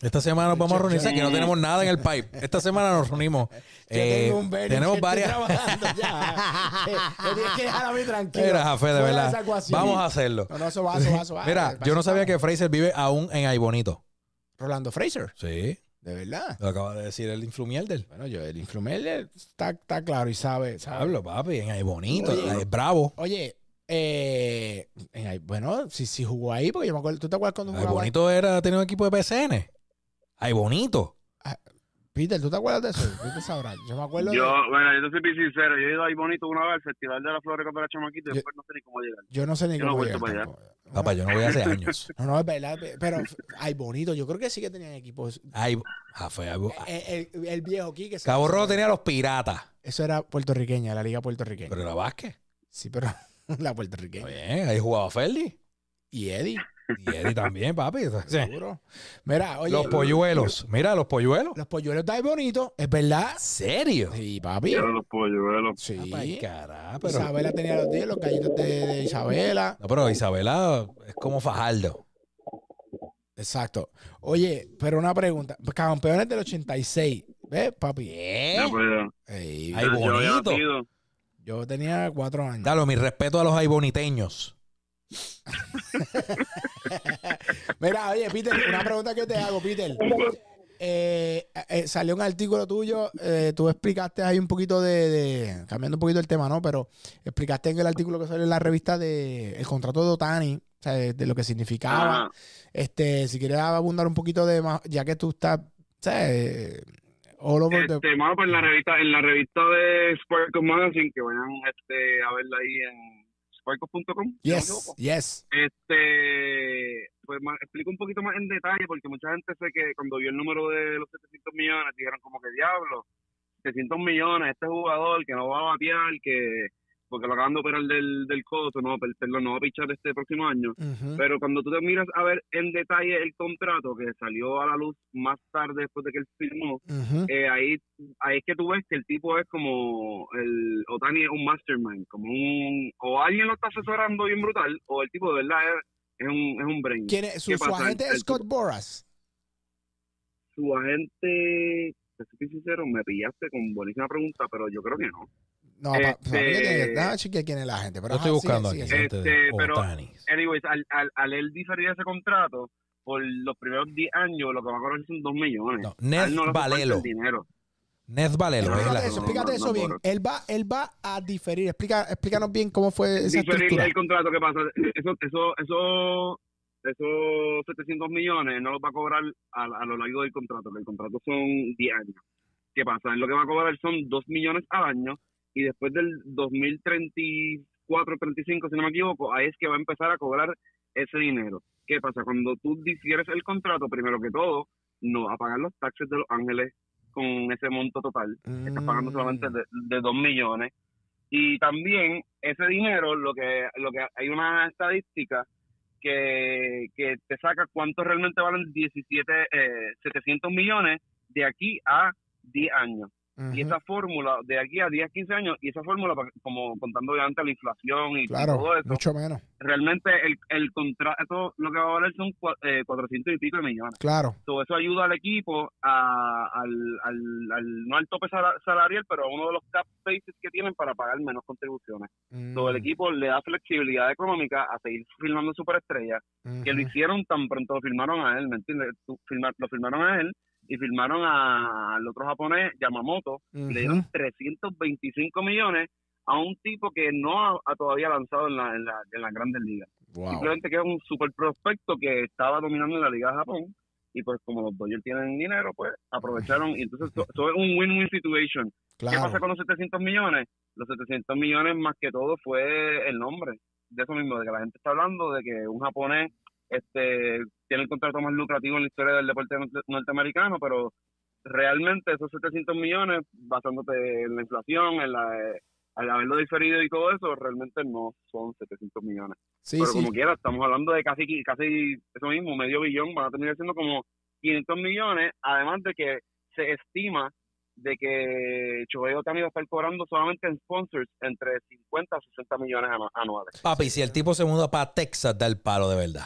Esta semana nos vamos a reunir. O sea, que no tenemos nada en el pipe. Esta semana nos reunimos.
yo
Eh,
tengo un venue
tenemos
que estoy
varias.
trabajando ya. Eh, eh, tienes que dejar a mí tranquilo.
Mira, Jafé, de
Fuera
verdad.
esa ecuación.
Vamos a hacerlo.
No, no, eso va, eso va, eso va.
Mira, yo no sabía que Fraser vive aún en Aibonito.
Rolando Fraser,
Sí,
de verdad.
lo acaba de decir el influmielder.
Bueno, yo, el Influmel eh, está, está claro y sabe. sabe.
Pablo, papi, en Aibonito,
Oye.
es bravo.
Oye, eh, en ahí- bueno, si, si jugó ahí, porque yo me acuerdo, ¿tú te acuerdas cuando jugaba?
Aibonito era, tenía un equipo de PCN. Aibonito.
Peter, ¿tú te acuerdas de eso? Peter sabrá. Yo me acuerdo. de-
Yo, bueno, yo te soy bien sincero, yo he ido ahí bonito una vez al Festival de la Flores cuando era chamaquito y
Yo-
después no sé ni cómo llegar.
yo no sé ni
yo no he
cómo
vuelto
llegué
para allá.
tampoco.
Papá, yo no voy hace años.
No, no, es verdad. Pero hay bonito. Yo creo que sí que tenían equipos.
Ay, ah, fue algo-
El, el- el viejo Quique. se-
Cabo Rojo tenía a los piratas,
Eso era puertorriqueña, la liga puertorriqueña.
pero era Vázquez.
Sí, pero la puertorriqueña.
Bien, ahí jugaba Ferdi.
Y Eddie,
Y Eddie también, papi. Entonces,
seguro. Mira, oye,
los
los,
polluelos. Mira, los polluelos.
polluelos están bonitos, es verdad.
¿Serio?
Sí, papi.
Yo los pollos, yo los
Sí.
Ah, pa'l cará, pero,
Isabela tenía los 10, los gallitos de, de Isabela.
no, pero Isabela es como Fajardo.
Exacto. Oye, pero una pregunta. Campeones del 86. ¿Ves, papi? ¿Eh?
Ya, pues, ya.
Ey,
Ay,
Ya, yo había
bonito.
nacido.
yo tenía cuatro años.
Dalo, mi respeto a los aiboniteños.
Mira, oye, Peter, una pregunta que yo te hago, Peter. Eh, eh, salió un artículo tuyo, eh, tú explicaste ahí un poquito de, de- cambiando un poquito el tema, ¿no? Pero explicaste en el artículo que salió en la revista de el contrato de Otani, o sea, de, de lo que significaba.
Ajá.
Este, si quieres abundar un poquito de más, ya que tú estás, ¿sabes? All over the-
Este, mano, pues en la revista, en la revista de Sparkle Magazine, que vayan este, a verla ahí en sparkle.com. si no me
Yes,
equivoco.
yes.
Este, pues ma- explico un poquito más en detalle, porque mucha gente sé que cuando vio el número de los 700 millones, dijeron como que diablo, 700 millones, este jugador que no va a batear, que porque lo acaban de operar del, del codo, no, per- perdón, no va a pichar este próximo año.
Ujú.
Pero cuando tú te miras a ver en detalle el contrato que salió a la luz más tarde después de que él firmó,
Ujú.
eh, ahí, ahí es que tú ves que el tipo es como el Otani es un mastermind, como un o alguien lo está asesorando bien brutal o el tipo de verdad es, es un es un brain.
¿Quién es? Su,
¿Qué
su
pasa?
agente
El
es Scott Boras.
Su agente, te soy sincero, me pillaste con buenísima pregunta, pero yo creo que no.
No, pa-
Este-
pa- fíjate, déjame chequear quién es la gente. Pero
Yo estoy
ajá, sigue,
buscando
sigue,
aquí.
sigue.
gente de
Este, pero-
Otani.
Anyways, al, al, al él diferir ese contrato por los primeros 10 años, lo que va a cobrar son 2 millones.
No,
A
Ned
él no le hace falta
Valelo.
el dinero.
Ned Valelo.
No,
es la-
Explícate eso,
no,
explícate
no,
eso
no,
bien.
no.
Él va, él va a diferir. Explica, explícanos bien cómo fue esa
Diferir
estructura.
el contrato, ¿qué pasa? Eso, eso, eso, esos 700 millones no los va a cobrar a, a lo largo del contrato, que el contrato son 10 años. ¿Qué pasa? Él Lo que va a cobrar son 2 millones al año y después del 2034, 35, si no me equivoco, ahí es que va a empezar a cobrar ese dinero. ¿Qué pasa? Cuando tú difieres el contrato, primero que todo, no va a pagar los taxes de Los Ángeles con ese monto total estás pagando
Mm.
solamente de, de 2 millones. Y también ese dinero, lo que, lo que hay una estadística que, que te saca cuánto realmente valen 17, eh, 700 millones de aquí a 10 años.
Mm, Ujú.
Y esa fórmula, de aquí a 10, 15 años, y esa fórmula, pa- como contando obviamente la inflación y, y
Claro,
todo eso,
mucho menos.
realmente el, el contrato lo que va a valer son cua- eh, 400 y pico de millones.
Claro.
So, eso ayuda al equipo a, al, al, al- no al tope sala- salarial, pero a uno de los cap spaces que tienen para pagar menos contribuciones. Mm, Todo
Mm.
el equipo le da flexibilidad económica a seguir firmando superestrellas, que lo hicieron tan pronto lo firmaron a él, ¿me entiendes? Tú firma- lo firmaron a él y firmaron a- al otro japonés, Yamamoto, y le dieron 325 millones a un tipo que no ha, ha todavía lanzado en la, en la, en las grandes ligas.
Mm.
Simplemente que es un super prospecto que estaba dominando la Liga de Japón. Y pues como los Dodgers tienen dinero, pues aprovecharon. Y entonces eso es un win-win situation. ¿Qué pasa con los 700 millones? Los 700 millones más que todo fue el nombre. De eso mismo, de que la gente está hablando de que un japonés este tiene el contrato más lucrativo en la historia del deporte norte- norteamericano, pero realmente esos 700 millones, basándote en la inflación, en la... eh, al haberlo diferido y todo eso, realmente no son 700 millones
Sí,
pero
sí.
como quiera, estamos hablando de casi, casi eso mismo, medio billón, van a terminar siendo como 500 millones, además de que se estima de que Shohei Otani va a estar cobrando solamente en sponsors entre 50 a 60 millones anu- anuales.
Papi, si el tipo se muda para Texas, da el palo de verdad.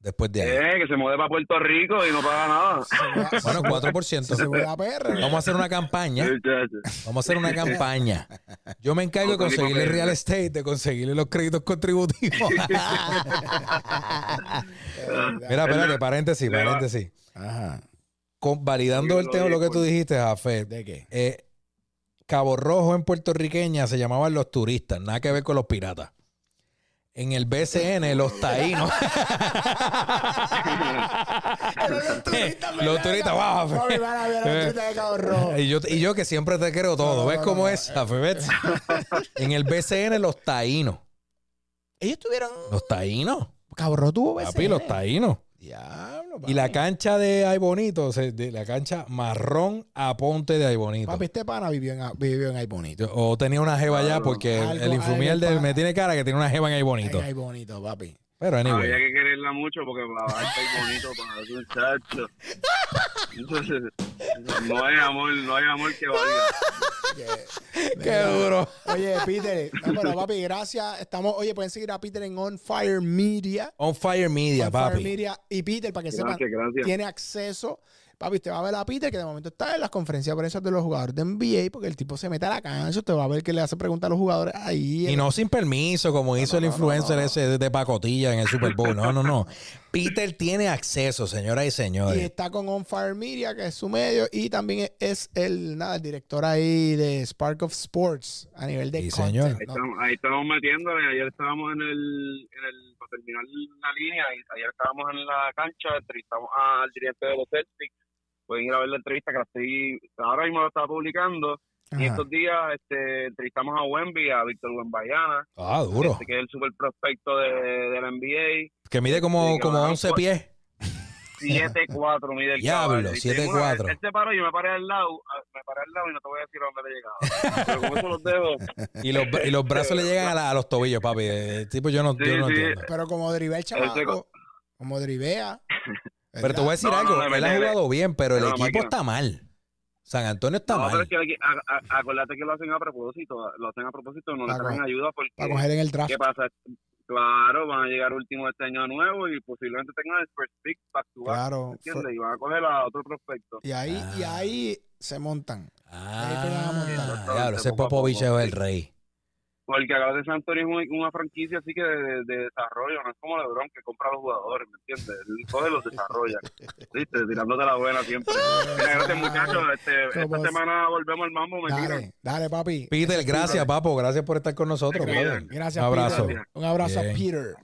Después de ahí.
Eh, que se mueve para Puerto Rico y no paga nada.
Si se muda-
Bueno,
si se
4%.
muda a PR.
Vamos a hacer una campaña.
Eh.
Vamos a hacer una campaña. Yo me encargo de
Otro tipo
conseguirle
que-
real estate, de conseguirle los créditos contributivos. Mira, espérate, paréntesis,
Le va-
paréntesis.
Ajá.
Con- validando el
Lo
tema, lo que
dijo.
tú dijiste, Jafet.
¿De qué?
eh, Cabo Rojo en puertorriqueña se llamaban los turistas, nada que ver con los piratas. En el BCN, los taínos.
los turistas,
Los
¿verdad?
turistas, wow.
Papi, van a ver a los turistas de Cabo Rojo.
Y yo, y yo que siempre te creo todo.
No,
¿Ves
no,
cómo
no,
es? Jafet? ¿Ves? en el BCN, los taínos.
Ellos tuvieron.
Los taínos.
Cabo Rojo tuvo
Papi, los
BCN.
taínos.
diablo,
Y la cancha de Ay Bonito, se- de la cancha marrón a ponte de Ay Bonito.
Papi, este pana vivió en, vivió en Ay Bonito.
Yo- O tenía una jeva allá
Claro.
porque el-
Algo-
el infumiel
algo
de-
pa-
me tiene cara que tiene una jeva en Ay Bonito.
En Ay Bonito, papi.
Pero
Había
anyway.
Ah, que quererla mucho porque para bajarte es bonito para hacer un chacho. No hay amor, no hay amor que valga.
Qué duro.
Oye, Peter, no, pero papi, gracias. Estamos, oye, pueden seguir a Peter en On Fire Media.
On Fire Media,
On
papi.
Fire Media. Y Peter, para que sepan,
Gracias, gracias.
tiene acceso. Papi, usted va a ver a Peter, que de momento está en las conferencias de prensa de los jugadores de NBA, porque el tipo se mete a la cancha, usted va a ver que le hace preguntas a los jugadores ahí.
Y no sin permiso, como hizo el influencer ese de pacotilla en el Super Bowl. No, no, no. Peter tiene acceso, señoras y
Y
señores.
está con On Fire Media, que es su medio, y también es el, nada, el director ahí de Spark of Sports a nivel de
Sí,
content,
señor.
¿no?
Ahí estamos, ahí estamos metiéndole. Ayer estábamos en el, en el, para terminar la línea, y ayer estábamos en la cancha, entrevistamos al dirigente de los Celtics. Pueden ir a ver la entrevista que la estoy, ahora mismo la estaba publicando. Y
Ajá.
estos días este, entrevistamos a Wemby, a Víctor Wembayana,
Ah, duro.
este, que es el super prospecto de, de la NBA.
Que mide como,
Sí,
como
cabrón,
11
pues.
pies.
7-4, mide el
Diablo,
caballo. Y
siete,
tengo una-
cuatro.
Él se paró, yo me paré al lado, ah, me paré al lado y no te voy a decir a dónde le llegaba. Pero como eso los dejo.
Y los, y los brazos le llegan a, la- a los tobillos, papi. El tipo yo no, yo
Sí,
no
sí.
entiendo.
Pero como drivea el
seco.
chamaco, como drivea.
Pero te voy a decir
No, no,
algo.
no,
él ha
no, no.
jugado bien, pero el
No,
equipo
máquina.
está mal. San Antonio está
No, pero
mal.
es que hay que- a- a- acuérdate que lo hacen a propósito, lo hacen a propósito, no le
Para
traen
coger-
ayuda porque
Para coger en el draft.
¿qué pasa? Claro, van a llegar último este año nuevo y posiblemente tengan el first pick back to back,
Claro.
¿entiendes? Y van a coger a otro prospecto.
Y ahí, y
Ah.
ahí se montan. te la vamos a
Ah,
montar.
diablo, ese
Poco a
Popovich es
poco.
el rey.
Porque acá de San Antonio es un- una franquicia así que de, de desarrollo, no es como LeBron que compra a los jugadores, ¿me entiendes? Él coge los desarrolla, ¿viste? Tirándote la buena siempre. Mira, gracias muchachos, este, esta
Somos-
semana volvemos al mambo, me tiran.
Ah, Dale, dale, papi.
Peter, gracias, papo. Gracias por estar con nosotros,
Te
brother.
cuidan.
Gracias,
Un abrazo.
Peter. Un abrazo
Bien.
a Peter.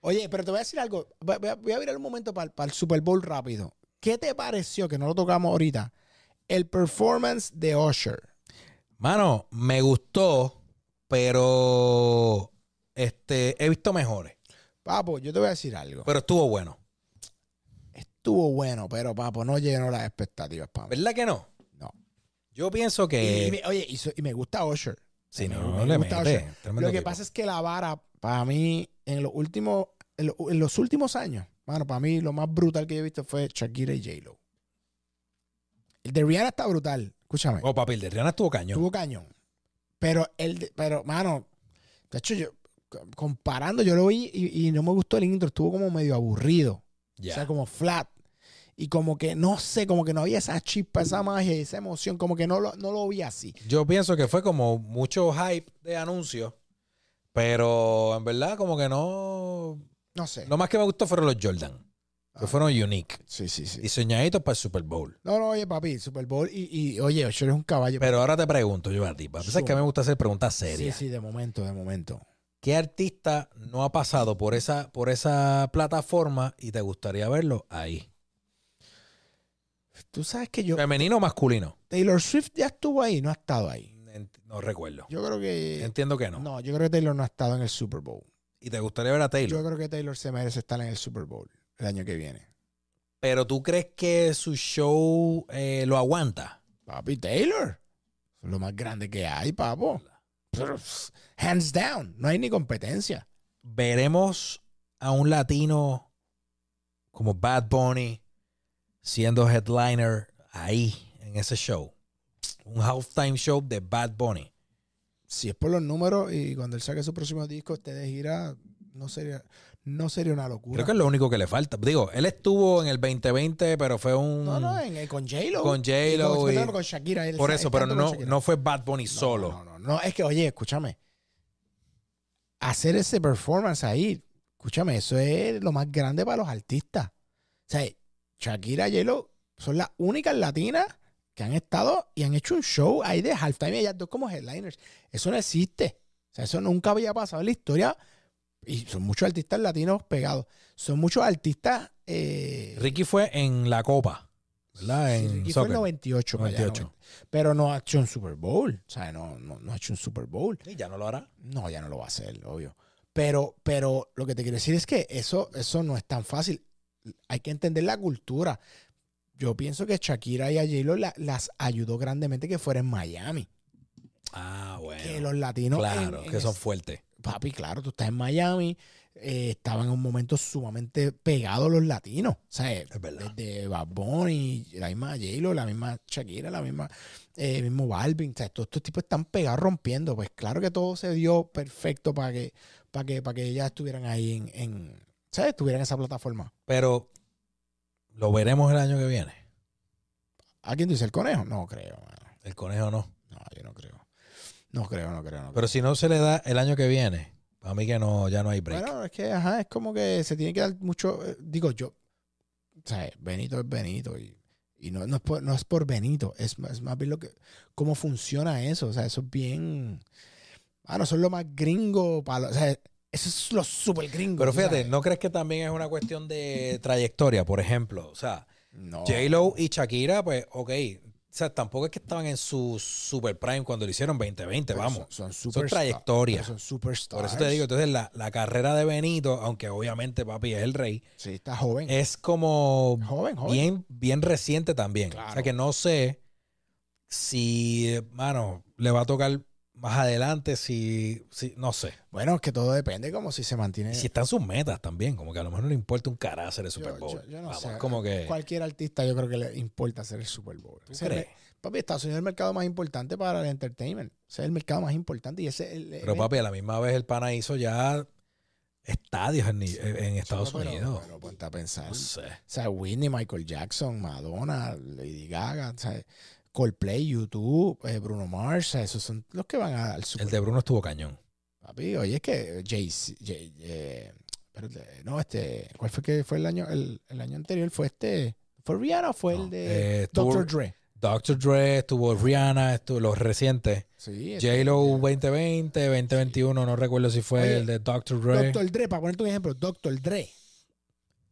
Oye, pero te voy a decir algo. Va- Voy a, voy a virar un momento para, el Super Bowl rápido. ¿Qué te pareció, que no lo tocamos ahorita, el performance de Usher?
Mano, me gustó, pero este, he visto mejores.
Papo, yo te voy a decir algo.
Pero estuvo bueno.
Estuvo bueno, pero papo, no llenó las expectativas, papo.
¿Verdad que no?
No.
Yo pienso
Y,
que.
me- oye, y, so- y me gusta Usher.
si
me-
no,
me
le
gusta
mete.
Usher.
Tremendo
Lo que
tipo.
pasa es que la vara, para mí, en los últimos, en, lo- en los últimos años, mano, para mí lo más brutal que yo he visto fue Shakira y J-Lo. El de Rihanna está brutal, escúchame.
Oh, papi, el de Rihanna estuvo cañón.
Tuvo cañón. Pero el de- pero, mano, de hecho, yo co- comparando, yo lo vi y, y no me gustó el intro, estuvo como medio aburrido.
Ya.
O sea, como flat. Y como que, no sé, como que no había esa chispa, esa magia, y esa emoción, como que no lo, no lo vi así.
Yo pienso que fue como mucho hype de anuncios, pero en verdad, como que no.
No sé.
Lo más que me gustó fueron los Jordan, que
Ah.
fueron unique,
Sí, sí, sí.
diseñaditos para el Super Bowl.
No, no, oye, papi, Super Bowl y, y oye, Usher es un caballo.
Pero ahora te pregunto yo a ti, para pensar que a mí me gusta hacer preguntas serias.
Sí, sí, de momento, de momento.
¿Qué artista no ha pasado por esa, por esa plataforma y te gustaría verlo ahí?
Tú sabes que yo.
¿Femenino o masculino?
Taylor Swift ya estuvo ahí, no ha estado ahí.
Ent- No recuerdo.
Yo creo que.
Entiendo que no.
No, yo creo que Taylor no ha estado en el Super Bowl.
Y te gustaría ver a Taylor.
Yo creo que Taylor se merece estar en el Super Bowl el año que viene.
Pero tú crees que su show eh, lo aguanta.
Papi, Taylor. es Lo más grande que hay, papo. Pero, pff, Hands down. No hay ni competencia.
Veremos a un latino como Bad Bunny siendo headliner ahí en ese show. Un halftime show de Bad Bunny.
Si es por los números y cuando él saque su próximo disco, usted de gira, no sería, no sería una locura.
Creo que es lo único que le falta. Digo, él estuvo en el 2020, pero fue un...
No, no, en, en- con J-Lo.
Mm. Con J-Lo
Y Con,
y-
no, con Shakira. él
Por
está-
eso,
él
pero
cantó con
no,
Shakira.
no fue Bad Bunny
No,
solo.
No, no, no. Es que, oye, escúchame. Hacer ese performance ahí, escúchame, eso es lo más grande para los artistas. O sea, Shakira y J-Lo son las únicas latinas que han estado y han hecho un show ahí de halftime y ellas dos como headliners. Eso no existe. O sea, eso nunca había pasado en la historia. Y son muchos artistas latinos pegados. Son muchos artistas. Eh,
Ricky fue en la Copa, ¿verdad?
Sí,
En
Ricky fue
soccer.
en 98, para allá,
98.
90. pero no ha hecho un Super Bowl. O sea, no, no, no ha hecho un Super Bowl.
Y ya no lo hará.
No, ya no lo va a hacer, obvio. Pero, pero lo que te quiero decir es que eso, eso no es tan fácil. hay que entender la cultura. Yo pienso que Shakira y Ayelo las ayudó grandemente que fuera en Miami.
Ah, bueno.
que los latinos.
claro,
en- en
que son
es-
fuertes.
Papi, claro, tú estás en Miami. eh, estaba en un momento sumamente pegado los latinos. O sea, eh,
Es verdad.
desde Bad Bunny, la misma J-Lo, la misma Shakira, la misma, eh, mismo Balvin. O sea, todos estos tipos están pegados rompiendo. Pues claro que todo se dio perfecto para que, para que, para que ellas estuvieran ahí en, en ¿sabes? Estuvieran en esa plataforma.
Pero lo veremos el año que viene.
¿A quién dice el conejo? No creo, mano.
El conejo no.
No, yo no creo. No creo, no creo, no creo.
Pero si no se le da el año que viene, para mí que no, ya no hay break.
Bueno, es que, ajá, es como que se tiene que dar mucho. eh, digo, yo, o sea, Benito es Benito y, y no, no, es por, no es por Benito, es, más- es más bien lo que, cómo funciona eso. O sea, eso es bien. Ah, no, son lo más gringo. Para o sea, eso es lo super gringo.
Pero fíjate, ¿no crees que también es una cuestión de trayectoria, por ejemplo? O sea,
No.
J-Lo y Shakira, pues, ok. O sea, tampoco es que estaban en su super prime cuando lo hicieron 2020,
pero
vamos.
Son, son superstar-
trayectorias.
pero Son superstars.
Por eso te digo, entonces la, la carrera de Benito, aunque obviamente papi es el rey,
Sí, está joven.
es como
joven, joven.
eh, bien, bien reciente también. O
Claro.
sea que no sé si, mano, le va a tocar más adelante, si, si no sé.
Bueno, es que todo depende como si se mantiene.
Y si están sus metas también, como que a lo mejor no le importa un carajo hacer el Super
Eh. Yo-
Bowl.
yo- yo no
Vamos,
sé.
Como que,
Cualquier artista yo creo que le importa hacer el Super Bowl.
¿tú
O sea,
crees?
Papi, Estados Unidos es el mercado más importante para el entertainment. Ese es el mercado más importante y ese es el...
Pero
el-
papi, a la misma vez el pana hizo ya estadios en, en Estados
Pero-
Unidos.
Pero ponte a pensar.
no
O
sé.
sea, Whitney, Michael Jackson, Madonna, Lady Gaga, o sea, Coldplay, YouTube, eh, Bruno Mars, o sea, esos son los que van a- al Super
El de Bruno estuvo cañón.
Papi, oye, es que Jay... eh, no, este... ¿Cuál fue que fue el año, el, el año anterior? ¿Fue este... ¿Fue Rihanna o fue
No,
el de
eh, estuvo-
Dr. Dre?
Dr. Dre, estuvo Rihanna, estuvo los recientes.
Sí, este-
J-Lo 2020, 2021, no recuerdo si fue
Oye,
el de Dr. Dre.
Doctor Dre, para ponerte un ejemplo, Doctor Dre,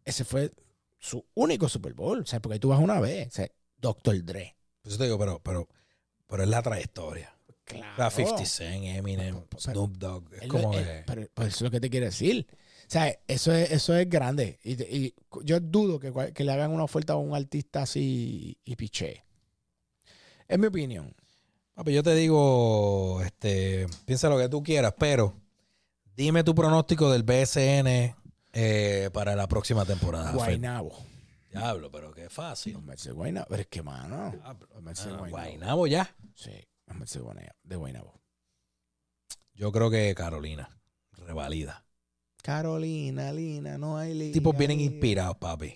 ese fue su único Super Bowl, o sea, porque ahí tú vas una vez, o sea, Doctor Dre.
Pues yo te digo, pero, pero, pero es la trayectoria.
Claro.
O sea, 50 Cent, Eminem,
Pero- pero-
Snoop Dogg. Es
Él
como
no- él-
que-
pero, pero eso es lo que te quiero decir. O sea, eso es, eso es grande. Y, te- y cu- yo dudo que, cual- que le hagan una oferta a un artista así y piche. Es mi opinión.
Papi, yo te digo, este, piensa lo que tú quieras, pero dime tu pronóstico del BSN eh, para la próxima temporada. Fred.
Guainabo.
Diablo, pero qué
Los
fácil.
Mets de Guaynabo. Pero es que, mano.
Diablo.
Los Mets de
Ah,
Guaynabo.
Guaynabo ya.
Sí, los Mets de Guaynabo- de Guaynabo.
Yo creo que Carolina, revalida.
Carolina, Lina, no hay liga.
Tipos vienen
liga.
inspirados, papi.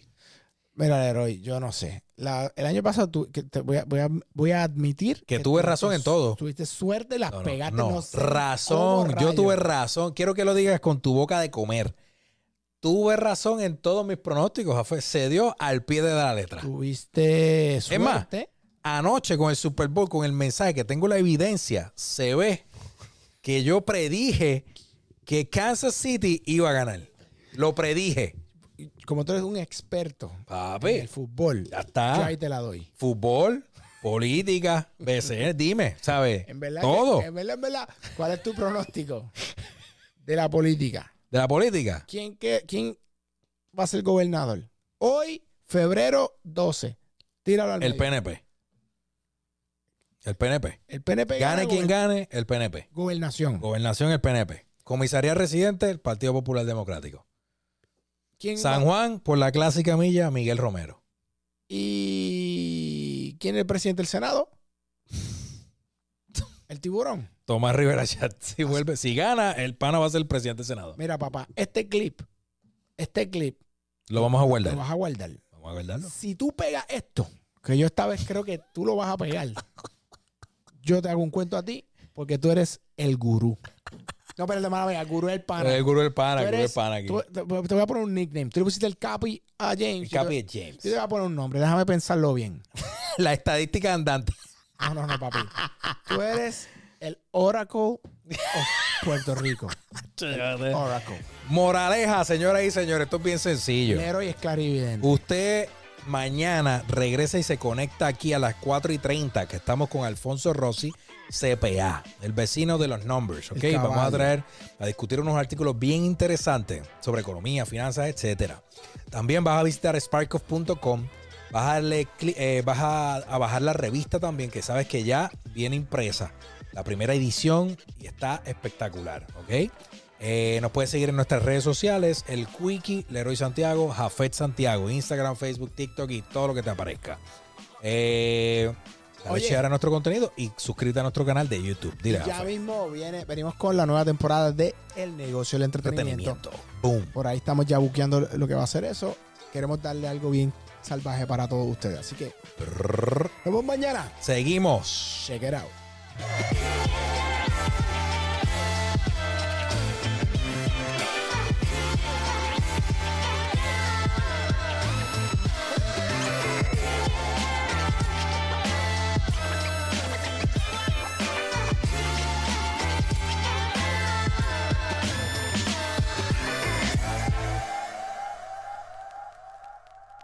Mira, Leroy, yo no sé. La- el año pasado tú- que te voy, a, voy a- voy a admitir
Que tuve razón en todo.
Tuviste suerte, las
No, no,
pegaste.
no.
No, sé
razón.
cómo
Yo tuve
rayos.
razón. Quiero que lo digas con tu boca de comer. Tuve razón en todos mis pronósticos, Jafé. Se dio al pie de la letra.
Tuviste suerte.
más, Anoche con el Super Bowl, con el mensaje que tengo la evidencia, se ve que yo predije que Kansas City iba a ganar. Lo predije.
como tú eres un experto en
Papi,
el fútbol, yo
ya está.
ahí te la doy.
Fútbol, política, BCN, dime, ¿sabes?
En verdad,
Todo.
que- en verdad, en verdad, ¿cuál es tu pronóstico de la política?
De la política.
¿Quién, qué- quién va a ser gobernador? Hoy, febrero 12. Tíralo al
El
medio.
PNP. El PNP.
El PNP
Gane
gana
quien
gober-
gane, el PNP.
Gobernación.
Gobernación, el PNP. Comisaría residente, el Partido Popular Democrático.
¿Quién va-
San Juan, por la clásica milla, Miguel Romero.
¿Y quién es el presidente del Senado? El tiburón.
Tomás Rivera Chat, si vuelve, si gana, el pana va a ser el presidente del Senado.
Mira, papá, este clip, este clip,
Lo vamos a
lo
guardar.
vas a guardar.
Vamos a guardarlo.
Si tú pegas esto, que yo esta vez creo que tú lo vas a pegar, yo te hago un cuento a ti porque tú eres el gurú. No, pero de mala manera, el gurú es el pana.
El gurú del pana,
Tú
el gurú del
eres-
pana aquí.
Tú- te, te voy a poner un nickname. Tú le pusiste el capi a James.
El capi es
Yo te voy
James.
a poner un nombre, déjame pensarlo bien.
La estadística andante.
No, no, no, papi. Tú eres el Oracle of Puerto Rico. Oracle.
Moraleja, señoras y señores, esto es bien sencillo.
Leroy es
Uh,
clarividente.
Usted mañana regresa y se conecta aquí a las 4 y 30, que estamos con Alfonso Rossi, CPA, el vecino de los numbers, ¿ok?
El caballo.
Vamos a traer a discutir unos artículos bien interesantes sobre economía, finanzas, etcétera. También vas a visitar sparkoff.com, vas a, darle cli- eh, vas a- a bajar la revista también, que sabes que ya viene impresa, la primera edición, y está espectacular, ¿ok? Eh, nos puedes seguir en nuestras redes sociales, el Quickie, Leroy Santiago, Jafet Santiago, Instagram, Facebook, TikTok y todo lo que te aparezca. Eh, dale
Oye.
share a nuestro contenido y suscríbete a nuestro canal de YouTube. Dile,
Ya
Jafet.
mismo viene, venimos con la nueva temporada de El Negocio del entretenimiento.
entretenimiento. Boom.
Por ahí estamos ya buqueando lo que va a ser eso. Queremos darle algo bien salvaje para todos ustedes. Así que
Prrr.
nos vemos mañana.
Seguimos.
Check it out.
Check